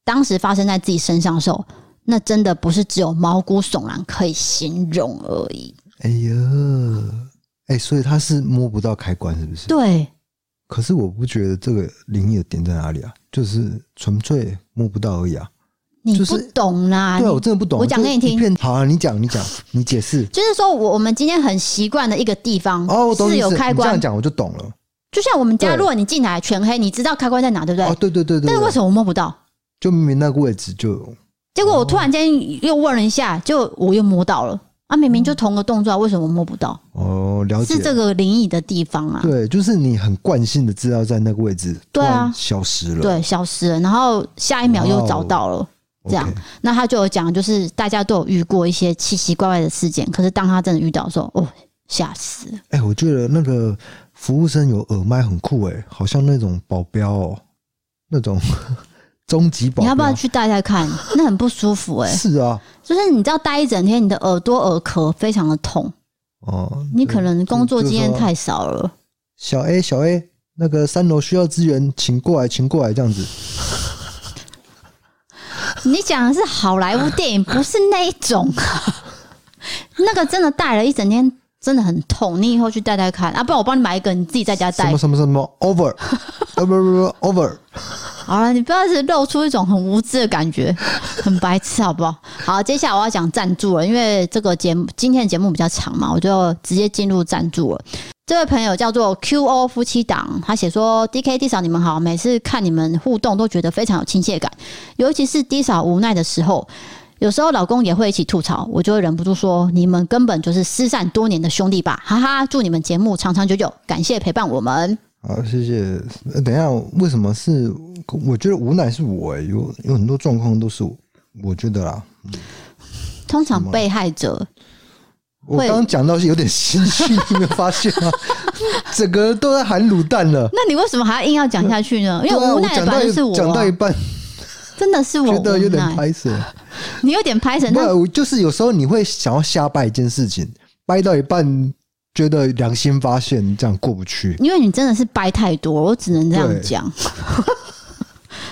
Speaker 1: 当时发生在自己身上的时候，那真的不是只有毛骨悚然可以形容而已。
Speaker 2: 哎呀，哎、所以他是摸不到开关，是不是？
Speaker 1: 对，
Speaker 2: 可是我不觉得这个灵异的点在哪里啊，就是纯粹摸不到而已啊。
Speaker 1: 你
Speaker 2: 就
Speaker 1: 不
Speaker 2: 是
Speaker 1: 懂啦，
Speaker 2: 对啊，
Speaker 1: 你
Speaker 2: 我真的不懂。
Speaker 1: 我讲
Speaker 2: 这
Speaker 1: 给你听
Speaker 2: 一片好啊，你讲，
Speaker 1: *laughs*
Speaker 2: 你讲，你解释。
Speaker 1: 就是说我我们今天很习惯的一个地方
Speaker 2: 哦，我懂
Speaker 1: 是
Speaker 2: 你意
Speaker 1: 有
Speaker 2: 思。
Speaker 1: 开
Speaker 2: 你这
Speaker 1: 关
Speaker 2: 样，讲我就懂了。
Speaker 1: 就像我们家，
Speaker 2: 对
Speaker 1: 如果你进来全黑，你知道开关在哪，对不对？
Speaker 2: 哦，对对对对
Speaker 1: 但是为
Speaker 2: 对，
Speaker 1: 什么我摸不到？
Speaker 2: 就明明那个位置就
Speaker 1: 结果我突然间又问了一下，就我又摸到了啊！明明就同个动作啊，为什么摸不到？
Speaker 2: 哦了解
Speaker 1: 是
Speaker 2: 了。
Speaker 1: 这个灵异的地方啊，
Speaker 2: 对，就是你很惯性的知道在那个位置，
Speaker 1: 对啊
Speaker 2: 突然消失了。
Speaker 1: 对，消失了，然后下一秒又找到了。
Speaker 2: OK，
Speaker 1: 这样那他就有讲，就是大家都有遇过一些奇奇怪怪的事件，可是当他真的遇到的时候，哦，吓死了！
Speaker 2: 哎、我觉得那个服务生有耳麦很酷哎、好像那种保镖哦，那种 *laughs* 终极保镖。
Speaker 1: 你要不要去戴戴
Speaker 2: *laughs*
Speaker 1: 看？那很不舒服哎、
Speaker 2: 是啊，
Speaker 1: 就是你知道戴一整天，你的耳朵耳壳非常的痛，
Speaker 2: 哦，
Speaker 1: 你
Speaker 2: 就
Speaker 1: 可能工作
Speaker 2: 就
Speaker 1: 经验
Speaker 2: 就说
Speaker 1: 太少了。
Speaker 2: 小 A 小 A，那个三楼需要资源，请过来，请过来，这样子。
Speaker 1: 你讲的是好莱坞电影，不是那一种， *laughs* 那个真的戴了一整天，真的很痛。你以后去戴戴看啊，不然我帮你买一个，你自己在家
Speaker 2: 什
Speaker 1: 戴
Speaker 2: 么。什么什么 over，呃不 *laughs* 不不 over，
Speaker 1: 好了，你不要是露出一种很无知的感觉， *laughs* 很白痴，好不好？好，接下来我要讲赞助了，因为这个节目今天的节目比较长嘛，我就直接进入赞助了。这位朋友叫做 QO 夫妻档，他写说：“D K D 嫂，你们好，每次看你们互动都觉得非常有亲切感，尤其是 D 嫂无奈的时候，有时候老公也会一起吐槽，我就会忍不住说：你们根本就是失散多年的兄弟吧，哈哈！祝你们节目长长久久，感谢陪伴我们。
Speaker 2: 好，谢谢。呃等一下，为什么是？我觉得无奈是我、欸，有有很多状况都是我，我觉得啦。
Speaker 1: 通常被害者
Speaker 2: 我
Speaker 1: 会
Speaker 2: 刚刚讲到是有点心虚，你没有发现
Speaker 1: *laughs*
Speaker 2: 吗？整个人都在含卤蛋了。
Speaker 1: 那你为什么还要硬要讲下去呢？因为
Speaker 2: 对啊
Speaker 1: 无
Speaker 2: 我
Speaker 1: 奈的
Speaker 2: 讲
Speaker 1: 本
Speaker 2: 到
Speaker 1: 来就
Speaker 2: 一
Speaker 1: 是我
Speaker 2: 讲
Speaker 1: 啊、
Speaker 2: 到一半，
Speaker 1: 真的是我
Speaker 2: 觉得有
Speaker 1: 无
Speaker 2: 点
Speaker 1: 奈
Speaker 2: 拍手。
Speaker 1: 你有点拍成
Speaker 2: 不
Speaker 1: 那
Speaker 2: 然我就是有时候你会想要瞎掰一件事情，掰到一半觉得良心发现，这样过不去。
Speaker 1: 因为你真的是掰太多，我只能这样
Speaker 2: 对
Speaker 1: 讲。 *laughs*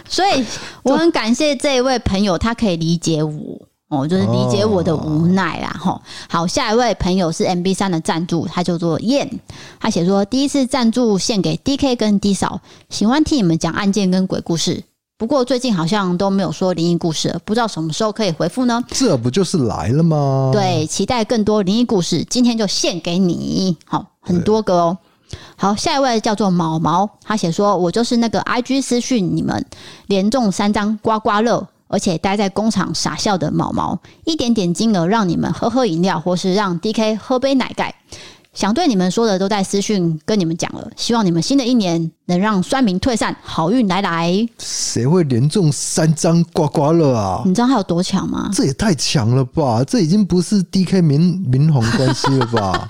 Speaker 1: 所以我很感谢这一位朋友，他可以理解我。哦，就是理解我的无奈啦，吼、好，下一位朋友是 MB 三的赞助，他叫做燕，他写说第一次赞助献给 DK 跟 D 嫂，喜欢听你们讲案件跟鬼故事，不过最近好像都没有说灵异故事了，不知道什么时候可以回复呢？
Speaker 2: 这不就是来了吗？，
Speaker 1: 对，期待更多灵异故事，今天就献给你。好，很多个哦。好，下一位叫做毛毛，他写说：“我就是那个 IG 私讯你们连中三张刮刮乐，而且待在工厂傻笑的毛毛，一点点金额让你们喝喝饮料，或是让 DK 喝杯奶盖。想对你们说的都在私讯跟你们讲了，希望你们新的一年能让酸民退散，好运来来。
Speaker 2: 谁会连中三张刮刮乐啊？
Speaker 1: 你知道他有多强吗？
Speaker 2: 这也太强了吧！这已经不是 D K 民民红关系了
Speaker 1: *laughs*
Speaker 2: 吧？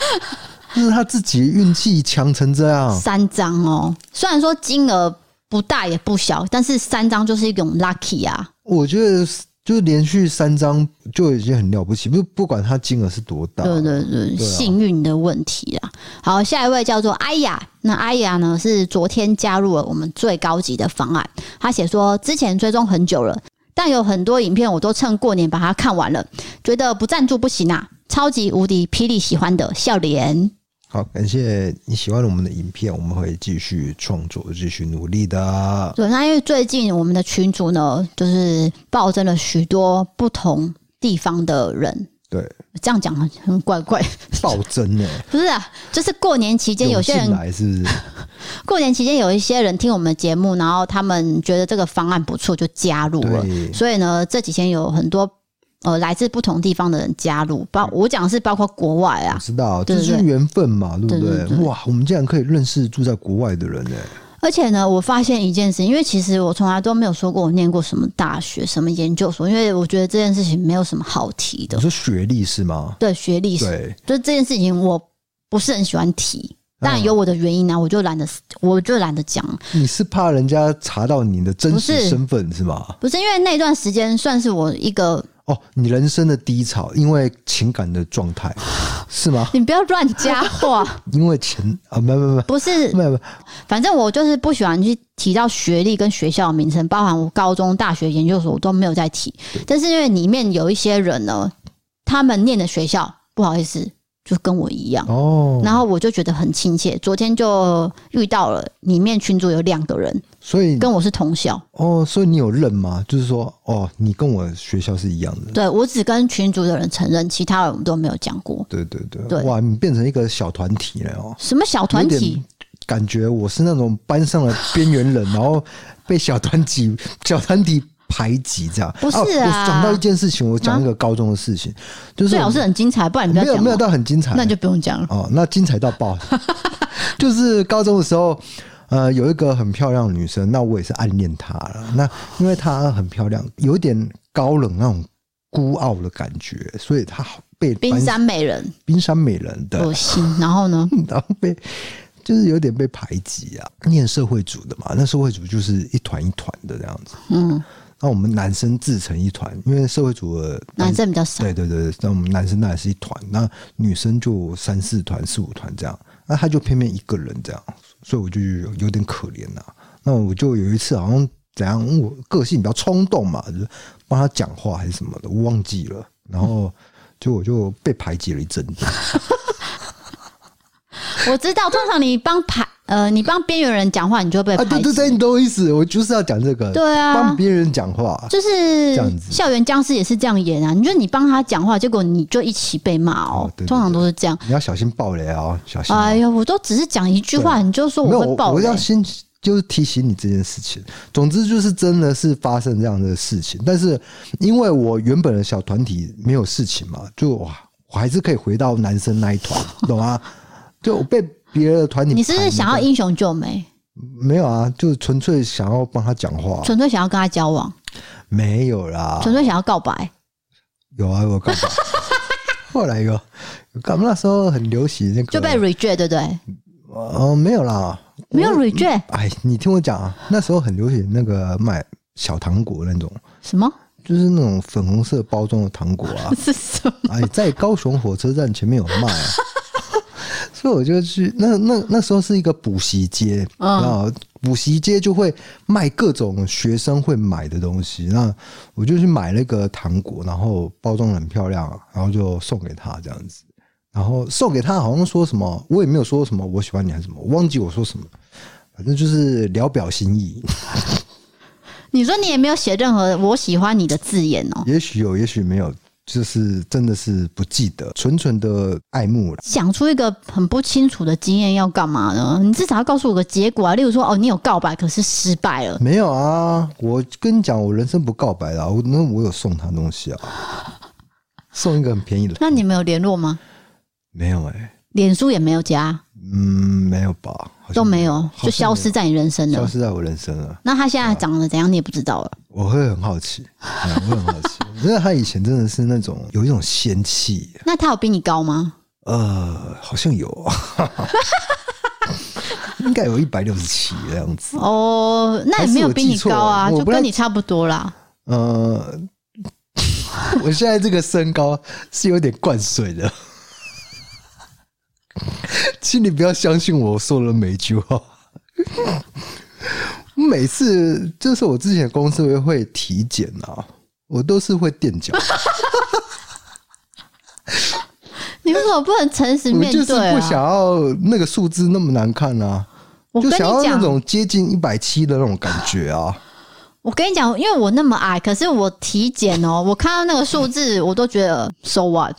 Speaker 2: 这是他自己运气强成这样。
Speaker 1: 三张哦，虽然说金额不大也不小，但是三张就是一种 lucky 啊。
Speaker 2: 我觉得就是连续三张就已经很了不起，不不管他金额是多大，
Speaker 1: 对对对，
Speaker 2: 对啊
Speaker 1: 幸运的问题啊。好，下一位叫做艾雅，那艾雅呢是昨天加入了我们最高级的方案，他写说之前追踪很久了，但有很多影片我都趁过年把它看完了，觉得不赞助不行啊，超级无敌霹雳喜欢的笑脸。
Speaker 2: 好，感谢你喜欢我们的影片，我们会继续创作，继续努力的。啊
Speaker 1: 对，那因为最近我们的群组呢，就是暴增了许多不同地方的人，
Speaker 2: 对，
Speaker 1: 这样讲很很怪怪， *laughs*
Speaker 2: 暴增呢、
Speaker 1: 不是啊，就是过年期间
Speaker 2: 涌
Speaker 1: 有些
Speaker 2: 进
Speaker 1: 人，
Speaker 2: 来是不是？
Speaker 1: 过年期间有一些人听我们的节目，然后他们觉得这个方案不错，就加入了。
Speaker 2: 对，
Speaker 1: 所以呢，这几天有很多呃来自不同地方的人加入，包我讲的是包括国外
Speaker 2: 我
Speaker 1: 啊，
Speaker 2: 知道，
Speaker 1: 对
Speaker 2: 这
Speaker 1: 对
Speaker 2: 是
Speaker 1: 对
Speaker 2: 缘分嘛，对不
Speaker 1: 对对对
Speaker 2: 哇，我们竟然可以认识住在国外的人呢、
Speaker 1: 而且呢，我发现一件事，因为其实我从来都没有说过我念过什么大学、什么研究所，因为我觉得这件事情没有什么好提的
Speaker 2: 你。说学历是吗？
Speaker 1: 对学历是，
Speaker 2: 嗯对，
Speaker 1: 就这件事情我不是很喜欢提，
Speaker 2: 嗯
Speaker 1: 但有我的原因啊呢、我就懒得，我就懒得讲。啊
Speaker 2: 你是怕人家查到你的真
Speaker 1: 不
Speaker 2: 实
Speaker 1: 是
Speaker 2: 身份是吗？
Speaker 1: 不是因为那段时间算是我一个，
Speaker 2: 哦，你人生的低潮，因为情感的状态是吗？
Speaker 1: 你不要乱加
Speaker 2: *laughs*
Speaker 1: 话，
Speaker 2: 因为钱啊，没没没
Speaker 1: 不是
Speaker 2: 没没，
Speaker 1: 反正我就是不喜欢去提到学历跟学校的名称，包含我高中、大学、研究所我都没有在提。但是因为里面有一些人呢，他们念的学校不好意思，就跟我一样，
Speaker 2: 哦，
Speaker 1: 然后我就觉得很亲切。昨天就遇到了，里面群主有两个人
Speaker 2: 所以
Speaker 1: 跟我是同校，
Speaker 2: 哦，所以你有认吗？就是说，哦，你跟我学校是一样的。
Speaker 1: 对我只跟群主的人承认，其他人我都没有讲过。
Speaker 2: 对对对，
Speaker 1: 对
Speaker 2: 哇，你变成一个小团体了哦，
Speaker 1: 什么小团
Speaker 2: 有
Speaker 1: 体
Speaker 2: 点？感觉我是那种班上的边缘人， *laughs* 然后被小团体小团体排挤这样。
Speaker 1: 不是
Speaker 2: 哦我
Speaker 1: 啊
Speaker 2: 讲到一件事情，我讲一个高中的事情，就是
Speaker 1: 最
Speaker 2: 我
Speaker 1: 好
Speaker 2: 们
Speaker 1: 是很精彩，不然你不
Speaker 2: 没
Speaker 1: 要
Speaker 2: 有
Speaker 1: 讲
Speaker 2: 没有
Speaker 1: 了，
Speaker 2: 到很精彩，
Speaker 1: 那就不用讲了。
Speaker 2: 哦，那精彩到
Speaker 1: *laughs*
Speaker 2: 爆！就是高中的时候，呃，有一个很漂亮的女生，那我也是暗恋她了。那因为她很漂亮，有一点高冷那种孤傲的感觉，所以她被
Speaker 1: 冰
Speaker 2: 班
Speaker 1: 山美人，
Speaker 2: 冰山美人的，
Speaker 1: 恶心。然后呢？
Speaker 2: *laughs* 然后被就是有点被排挤啊。念社会组的嘛，那社会组就是一团一团的这样子。
Speaker 1: 嗯，
Speaker 2: 那我们男生自成一团，因为社会组的
Speaker 1: 男生比较少。
Speaker 2: 对对对，那我们男生当然是一团，那女生就三四团、四五团这样，那他就偏偏一个人这样，所以我就有有点可怜呐、那我就有一次好像怎样，我个性比较冲动嘛，就是帮他讲话还是什么的，我忘记了，然后就我就被排挤了一阵子。
Speaker 1: 我知道，通常你帮排呃，你帮边缘人讲话，你就被
Speaker 2: 啊，
Speaker 1: 排挤。
Speaker 2: 对对对，你懂我意思，我就是要讲这个，
Speaker 1: 对啊
Speaker 2: 帮别人讲话，
Speaker 1: 就是
Speaker 2: 这样子
Speaker 1: 校园僵尸也是这样演啊！你说你帮他讲话，结果你就一起被骂哦。
Speaker 2: 哦对对
Speaker 1: 通常都是这样。
Speaker 2: 你要小心爆雷哦，小心哦。
Speaker 1: 哎呀，我都只是讲一句话，你就说
Speaker 2: 没有，
Speaker 1: 会爆
Speaker 2: 我
Speaker 1: 雷
Speaker 2: 要，先就是提醒你这件事情。总之就是真的是发生这样的事情，但是因为我原本的小团体没有事情嘛，就哇，我还是可以回到男生那一团，懂吗？就我被别的团体，
Speaker 1: 你是不是想要
Speaker 2: 一
Speaker 1: 英雄救美，
Speaker 2: 没有啊？就纯粹想要帮他讲话，
Speaker 1: 纯粹想要跟他交往，
Speaker 2: 哦没有啦，
Speaker 1: 纯粹想要告白？
Speaker 2: 有啊，我干嘛？ *laughs* 后来有，干嘛？那时候很流行那个，
Speaker 1: 就被 reject 对不对？
Speaker 2: 呃没有啦，
Speaker 1: 没有 reject
Speaker 2: 哎，你听我讲啊，那时候很流行那个买小糖果那种。
Speaker 1: 什
Speaker 2: *laughs*
Speaker 1: 么？，
Speaker 2: 就是那种粉红色包装的糖果啊
Speaker 1: *laughs* 是什么？
Speaker 2: 哎，在高雄火车站前面有卖、啊， *laughs* 所以我就去那那那时候是一个补习街，然后补习街就会卖各种学生会买的东西，那我就去买了一个糖果，然后包装得很漂亮，然后就送给他这样子。然后送给他，好像说什么，我也没有说什么，我喜欢你还是什么，我忘记我说什么，反正就是聊表心意，
Speaker 1: 你说你也没有写任何“我喜欢你”的字眼哦。
Speaker 2: 也许有，也许没有，就是真的是不记得，纯纯的爱慕了。
Speaker 1: 讲出一个很不清楚的经验要干嘛呢？你至少要告诉我个结果啊。例如说，哦，你有告白，可是失败了，
Speaker 2: 没有啊，我跟你讲，我人生不告白啦，我那我有送他东西啊，送一个很便宜的，
Speaker 1: 那你们有联络吗？
Speaker 2: 没有哎、
Speaker 1: 脸书也没有加，
Speaker 2: 嗯，没有吧，好像
Speaker 1: 都没有，
Speaker 2: 好像
Speaker 1: 就消失在你人生
Speaker 2: 没有，消
Speaker 1: 了。
Speaker 2: 失在我人生了。
Speaker 1: 那他现在长得怎样，你也不知道了。
Speaker 2: 我会很好奇，嗯我会很好奇， *laughs* 因为他以前真的是那种有一种仙气，
Speaker 1: 那他有比你高吗？
Speaker 2: 呃，好像有，啊 *laughs* 应该有一百六十七的样子。
Speaker 1: 哦，那也没有比你高啊，
Speaker 2: 还是我记错了我
Speaker 1: 就
Speaker 2: 不太
Speaker 1: 跟你差不多啦。
Speaker 2: 呃， *laughs* 我现在这个身高是有点灌水的， *laughs* 请你不要相信我说的每一句话。每次就是我之前公司会会体检啊，我都是会垫脚，
Speaker 1: 你为什么不能诚实
Speaker 2: 我
Speaker 1: 面
Speaker 2: 就是
Speaker 1: 对
Speaker 2: 不想
Speaker 1: 啊？
Speaker 2: 要那个数字那么难看啊，
Speaker 1: 我
Speaker 2: 就
Speaker 1: 跟
Speaker 2: 想
Speaker 1: 你
Speaker 2: 要那
Speaker 1: 讲，
Speaker 2: 种接近一百七的那种感觉啊。
Speaker 1: 我跟你讲，因为我那么矮，可是我体检哦，我看到那个数字，我都觉得 so what。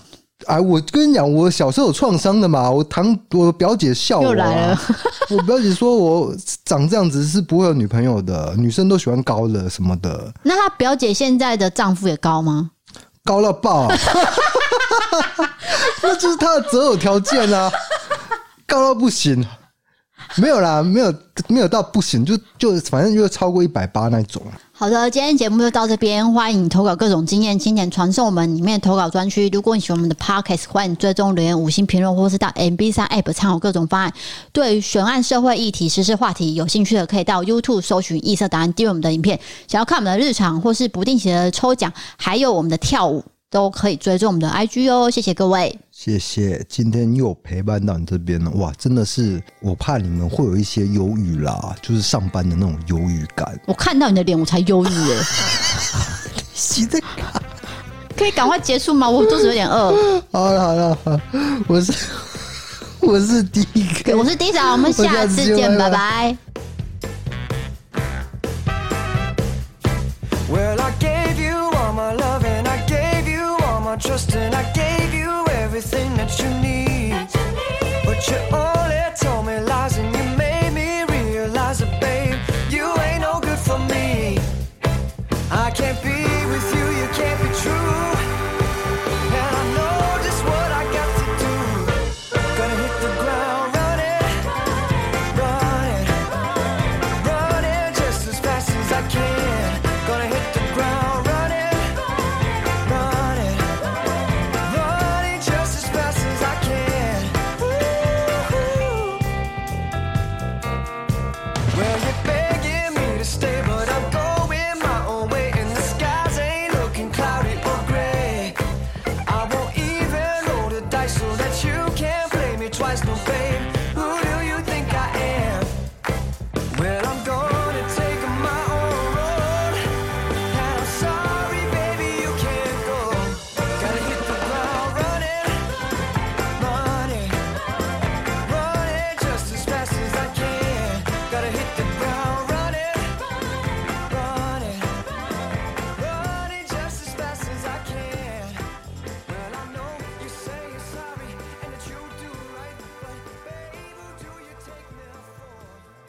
Speaker 2: 哎，我跟你讲，我小时候有创伤的嘛，我堂我表姐笑我、啊，
Speaker 1: 又来了
Speaker 2: *laughs* 我表姐说我长这样子是不会有女朋友的，女生都喜欢高的什么的，
Speaker 1: 那他表姐现在的丈夫也高吗？
Speaker 2: 高到爆、啊， *laughs* 那就是他的择偶条件啊，高到不行。没有啦，没有没有到不行，就就反正就超过一百八那种啊。
Speaker 1: 好的，今天节目就到这边，欢迎投稿各种经验，经典传送我们里面的投稿专区。如果你喜欢我们的 podcast，欢迎追踪留言、五星评论，或是到 MB 三 app 参考各种方案。对于悬案、社会议题、时事话题有兴趣的，可以到 YouTube 搜寻“异色答案”，订阅我们的影片。想要看我们的日常或是不定期的抽奖，还有我们的跳舞，都可以追踪我们的 IG 哦。谢谢各位。
Speaker 2: 谢谢，今天又陪伴到你这边了，哇，真的是我怕你们会有一些忧郁啦，就是上班的那种忧郁感。
Speaker 1: 我看到你的脸，我才 *laughs* 忧郁耶。
Speaker 2: 你在干
Speaker 1: 可以赶快结束吗？我肚子有点 *laughs* 饿。
Speaker 2: 好了好了，好了我是 *laughs* 我是第一个。
Speaker 1: 我是 d i 我们下次见，拜拜。
Speaker 3: Well, I gave you all my love and I gave you all my trust. And